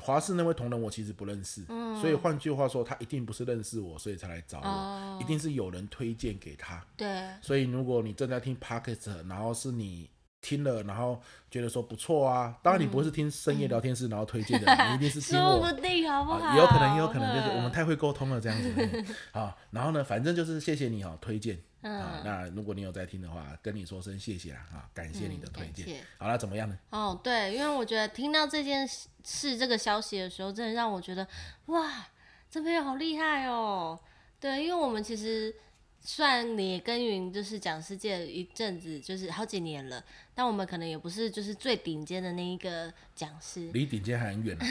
华视那位同仁我其实不认识，
嗯
所以换句话说，他一定不是认识我，所以才来找我，
哦
一定是有人推荐给他。
对
所以如果你正在听 p o c k e t 然后是你听了，然后觉得说不错啊。当然你不会是听深夜聊天室然后推荐的人，你一定是听
说
我
嗯不定好不好？
啊，也有可能，也有可能就是我们
嗯
太会沟通了这样子 啊。然后呢，反正就是谢谢你哦，推荐
嗯
啊。那如果你有在听的话，跟你说声谢谢啦啊，感谢你的
嗯
推
感
荐
谢。
好，那怎么样呢？
哦，对，因为我觉得听到这件事事这个消息的时候，真的让我觉得哇，这朋友好厉害哦。对，因为我们其实虽然你也耕耘就是讲世界一阵子，就是好几年了，但我们可能也不是就是最顶尖的那一个讲师。
离顶尖还很远啊。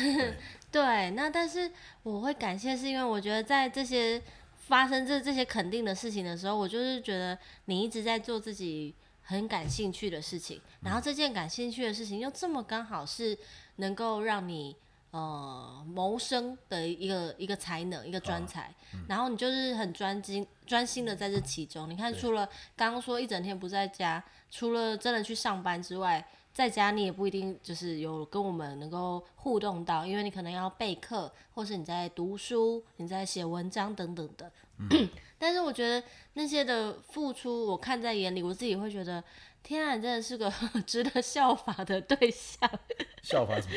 对
对，那但是我会感谢，是因为我觉得在这些发生这这些肯定的事情的时候，我就是觉得你一直在做自己很感兴趣的事情，然后这件感兴趣的事情又这么刚好是能够让你。呃，谋生的一个一个才能，一个专才，然后你就是很专精、专心的在这其中。你看，
对
除了刚刚说一整天不在家，除了真的去上班之外，在家你也不一定就是有跟我们能够互动到，因为你可能要备课，或是你在读书、你在写文章等等的。
嗯
但是我觉得那些的付出，我看在眼里，我自己会觉得，天啊，你真的是个 值得效法的对象。
效法什么？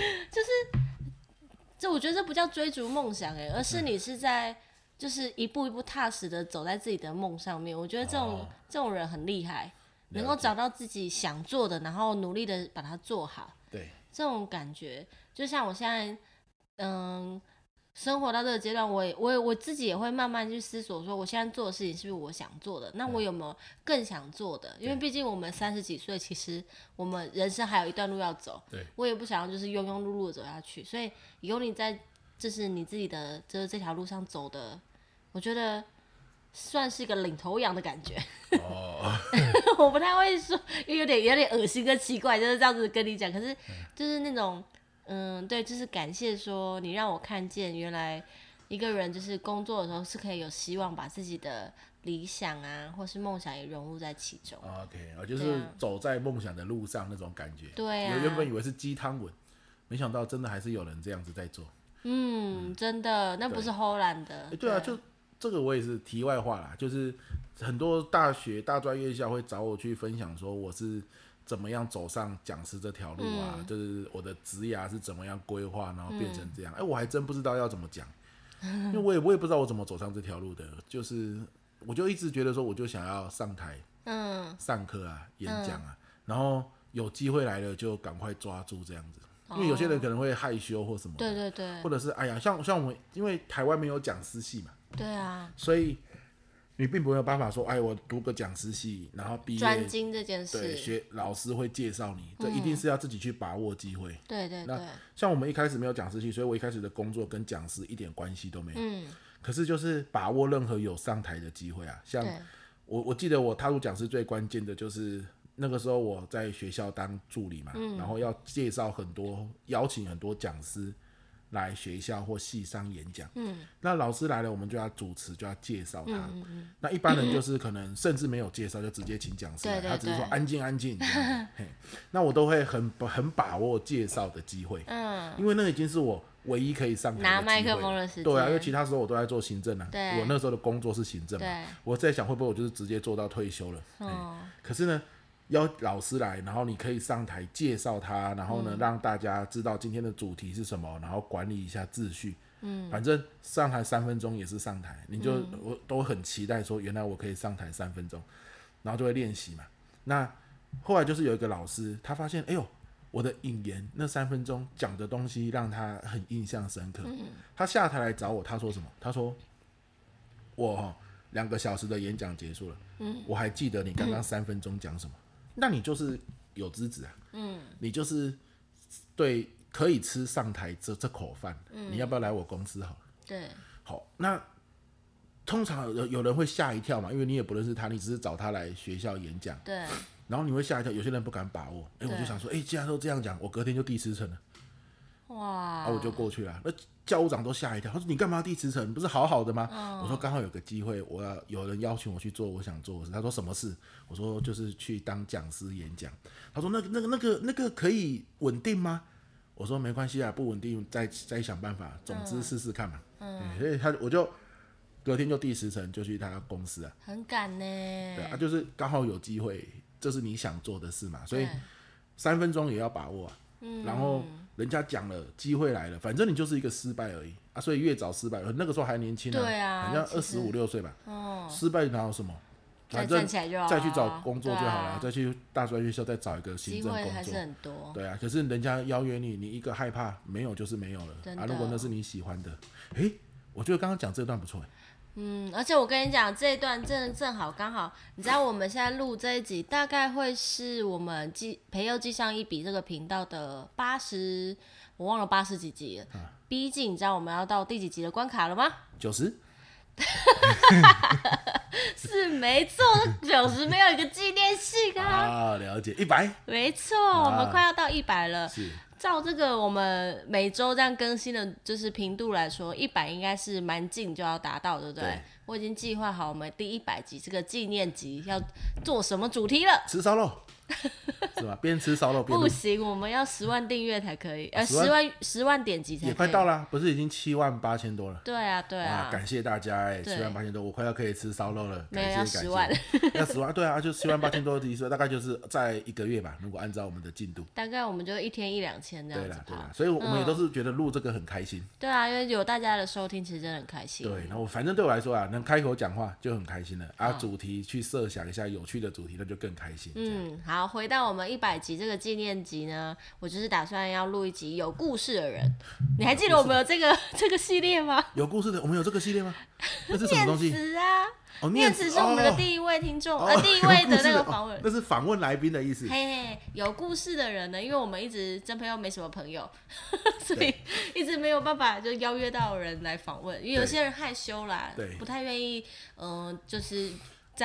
这我觉得这不叫追逐梦想诶，而是你是在就是一步一步踏实的走在自己的梦上面。我觉得这种、
哦
这种人很厉害，
了
能够
解
找到自己想做的，然后努力的把它做好。
对，
这种感觉，就像我现在，嗯，生活到这个阶段，我也我也我自己也会慢慢去思索，说我现在做的事情是不是我想做的？那我有没有更想做的？因为
对
毕竟我们三十几岁，其实我们人生还有一段路要走。
对，
我也不想要就是庸庸碌碌的走下去，所以有你在，就是你自己的就是这条路上走的，我觉得。算是一个领头羊的感觉，
哦，
我不太会说，因为有点有点恶心跟奇怪，就是这样子跟你讲。可是就是那种，嗯，对，就是感谢说你让我看见，原来一个人就是工作的时候是可以有希望把自己的理想啊，或是梦想也融入在其中。
OK，啊，就是
对啊
走在梦想的路上那种感觉。
对啊
我原本以为是鸡汤文，没想到真的还是有人这样子在做。
嗯，真的，那不是偷懒的
哎、。对啊，就这个我也是题外话啦，就是很多大学大专院校会找我去分享说我是怎么样走上讲师这条路啊，就是我的职涯是怎么样规划，然后变成这样。哎、我还真不知道要怎么 讲，因为我也我也不知道我怎么走上这条路的，就是我就一直觉得说我就想要上台
嗯，
上课啊、演讲啊，然后有机会来了就赶快抓住这样子，因为有些人可能会害羞或什么的，
对对对
或，者是哎呀，像像我们因为台湾没有讲师系嘛，
对啊，
所以你并没有办法说，哎，我读个讲师系，然后毕
专
业，
精这件
对，
事，
学老师会介绍你，这一定是要自己去把握机会。
对对对，
像我们一开始没有讲师系，所以我一开始的工作跟讲师一点关系都没有。
嗯，
可是就是把握任何有上台的机会啊，像
对，
我我记得我踏入讲师最关键的就是那个时候我在学校当助理嘛，
嗯
然后要介绍很多邀请很多讲师来学校或系上演讲。嗯，那老师来了，我们就要主持，就要介绍他。
嗯
那一般人就是可能甚至没有介绍，就直接请讲师来，
对对
他只是说
对
安静安静这样 子。嘿那我都会很很把握介绍的机会，
嗯，
因为那已经是我唯一可以上台的
拿
机
麦
会
克风
了
的时
对啊，
间
因为其他时候我都在做行政啊，
对
我那时候的工作是行政嘛
嗯对，
我在想会不会我就是直接做到退休了。
哦，
可是呢，邀老师来，然后你可以上台介绍他，然后呢、让大家知道今天的主题是什么，然后管理一下秩序。嗯，反正上台三分钟也是上台，你就、我都很期待说，原来我可以上台三分钟，然后就会练习嘛。那后来就是有一个老师，他发现，哎呦，我的引言那三分钟讲的东西让他很印象深刻。他下台来找我，他说什么？他说我哈、两个小时的演讲结束了，我还记得你刚刚三分钟讲什么，那你就是有资质啊，嗯，你就是对可以吃上台这这口饭，你要不要来我公司好了？
对，
好，那通常有有人会吓一跳嘛，因为你也不认识他，你只是找他来学校演讲，
对，
然后你会吓一跳，有些人不敢把握，哎、我就
对
想说，哎、既然都这样讲，我隔天就第十层了。
哇，
啊，我就过去了。那教务长都吓一跳，他说：“你干嘛递辞呈？你不是好好的吗？”我说：“刚好有个机会，我要有人邀请我去做我想做的事。”他说：“什么事？”我说：“就是去当讲师演讲。”他说：“那个、那个、那个、那个可以稳定吗？”我说：“没关系啊，不稳定再再想办法，总之试试看嘛。嗯”所以他我就隔天就递辞呈，就去他公司啊。啊
很敢呢，
嗯对啊，就是刚好有机会，这是你想做的事嘛，所以
对
三分钟也要把握啊。
嗯
然后人家讲了，机会来了，反正你就是一个失败而已啊，所以越早失败，那个时候还年轻
对啊
好像
其
二
实
十五六岁吧，
哦，
失败哪有什么？
再
反正
站起来就好啊
再去找工作就好了，
对啊
再去大专院校再找一个行
机
政
会
工
还是
作。
很多。
对啊，可是人家邀约你，你一个害怕，没有就是没有了
真的
啊。如果那是你喜欢的，诶，我觉得刚刚讲这段不错、诶
嗯，而且我跟你讲，这一段正正好刚好，你知道我们现在录这一集，大概会是我们记培佑记上一笔这个频道的八十，我忘了八十几集了。
啊
逼近，你知道我们要到第几集的关卡了吗？
九十
是没错，九十没有一个纪念性啊，
啊，了解一百
没错，我们快要到一百了。
是
照这个我们每周这样更新的，就是频度来说，一百应该是蛮近就要达到，对不对？
对
我已经计划好我们第一百集这个纪念集要做什么主题了。
吃烧 肉是吧？边吃烧肉边录
不，行，我们要十万订阅才可以，呃，十
啊10万
万十万点击才可以。
也快到啦，不是已经七万八千多了。
对啊，对
哇，
啊，
感谢大家哎、
对
七万八千多，我快要可以吃烧肉了，
没
感谢
有要
感
10
谢，
万
要十万，对啊，就七万八千多的意思，大概就是在一个月吧，如果按照我们的进度，
大概我们就一天一两千这
对
样子
啦对
跑
啦，。所以我们也都是觉得录这个很开心，
对啊，因为有大家的收听，其实真的很开心。
对，然后反正对我来说啊，能开口讲话就很开心了啊，主题去设想一下有趣的主题，那就更开心，这样
嗯，好，回到我们一百集这个纪念集呢，我就是打算要录一集有故事的人。
嗯
你还记得我们有这个 这个系列吗？
有故事的，我们有这个系列 吗？那是什么
念
东西？
慈啊，
哦，
念慈
慈
是我们的
哦
第一位听众，
哦
呃，第一位
有故事
那个
的
访 问
哦
人。
那是访问来宾的意思，
嘿嘿，有故事的人呢，因为我们一直真朋友没什么朋友， 所以一直没有办法就邀约到人来访问，因为有
对
些人害羞啦
对，
不太愿意，嗯、就是这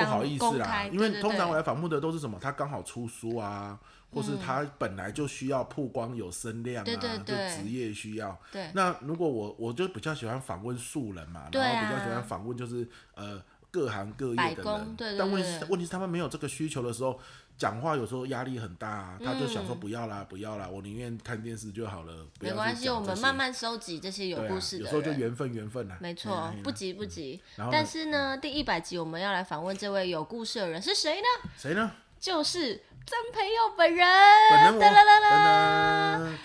不
样
好意思
公
啦
开，，
因为
对对
通常我
对
来访问的都是什么，他刚好出书啊，或是他本来就需要曝光有声量啊，
嗯对对对
就职业需要。
对
那如果我我就比较喜欢访问素人嘛，
对啊
然后比较喜欢访问就是呃各行各业
百
的
工
人，
对对
但问题
对
是问题是他们没有这个需求的时候。讲话有时候压力很大、啊，他就想说不要啦，不要啦，我宁愿看电视就好了。不
嗯没
要去
关系，
讲
我
这
们
些
慢慢收集这些有
对啊
故事
有
的
时候就
人。
缘分缘分啦。
没
哎
错
呀哎呀，
不急不急。
然后呢
但是呢，第一百集我们要来访问这位有故事的人是谁呢？
谁呢？
就是曾培佑本人。
本人我，
哒啦啦
噔噔
啦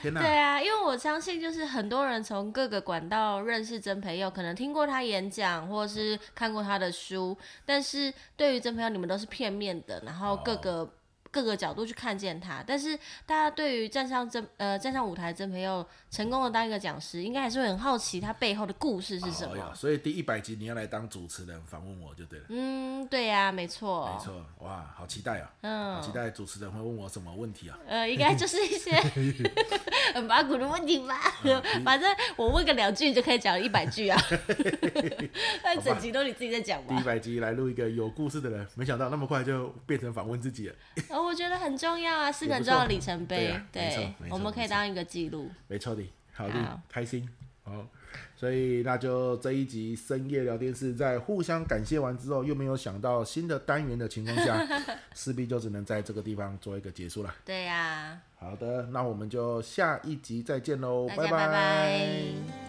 天哪！
对啊，因为我相信，就是很多人从各个管道认识曾培佑，可能听过他演讲，或是看过他的书，但是对于曾培佑，你们都是片面的，然
哦
后各个、各个角度去看见他。但是大家对于站上曾呃站上舞台曾培佑成功的当一个讲师，应该还是会很好奇他背后的故事是什
哦
么。
哟所以第一百集你要来当主持人访问我就对了。
嗯，对呀、没错，
没错，哇，好期待啊、好期
嗯。
待主持人会问我什么问题啊？
呃，应该就是一 些很八股的问题吧。
嗯
反正我问个两句就可以讲一百 句啊，那整集都你自己在讲
第一
吧。
百集来录一个有故事的人，没想到那么快就变成访问自己了。
哦，我觉得很重要啊，是个很
也不
重
错
要的里程
对
碑
啊。没错
对
没，错
我们可以
没错
当一个记录。
没错的，好
好
的，开心。好，所以那就这一集深夜聊天室，在互相感谢完之后，又没有想到新的单元的情况下， 势必就只能在这个地方做一个结束了。
对呀，
好的，那我们就下一集再见喽，
大家拜
拜
拜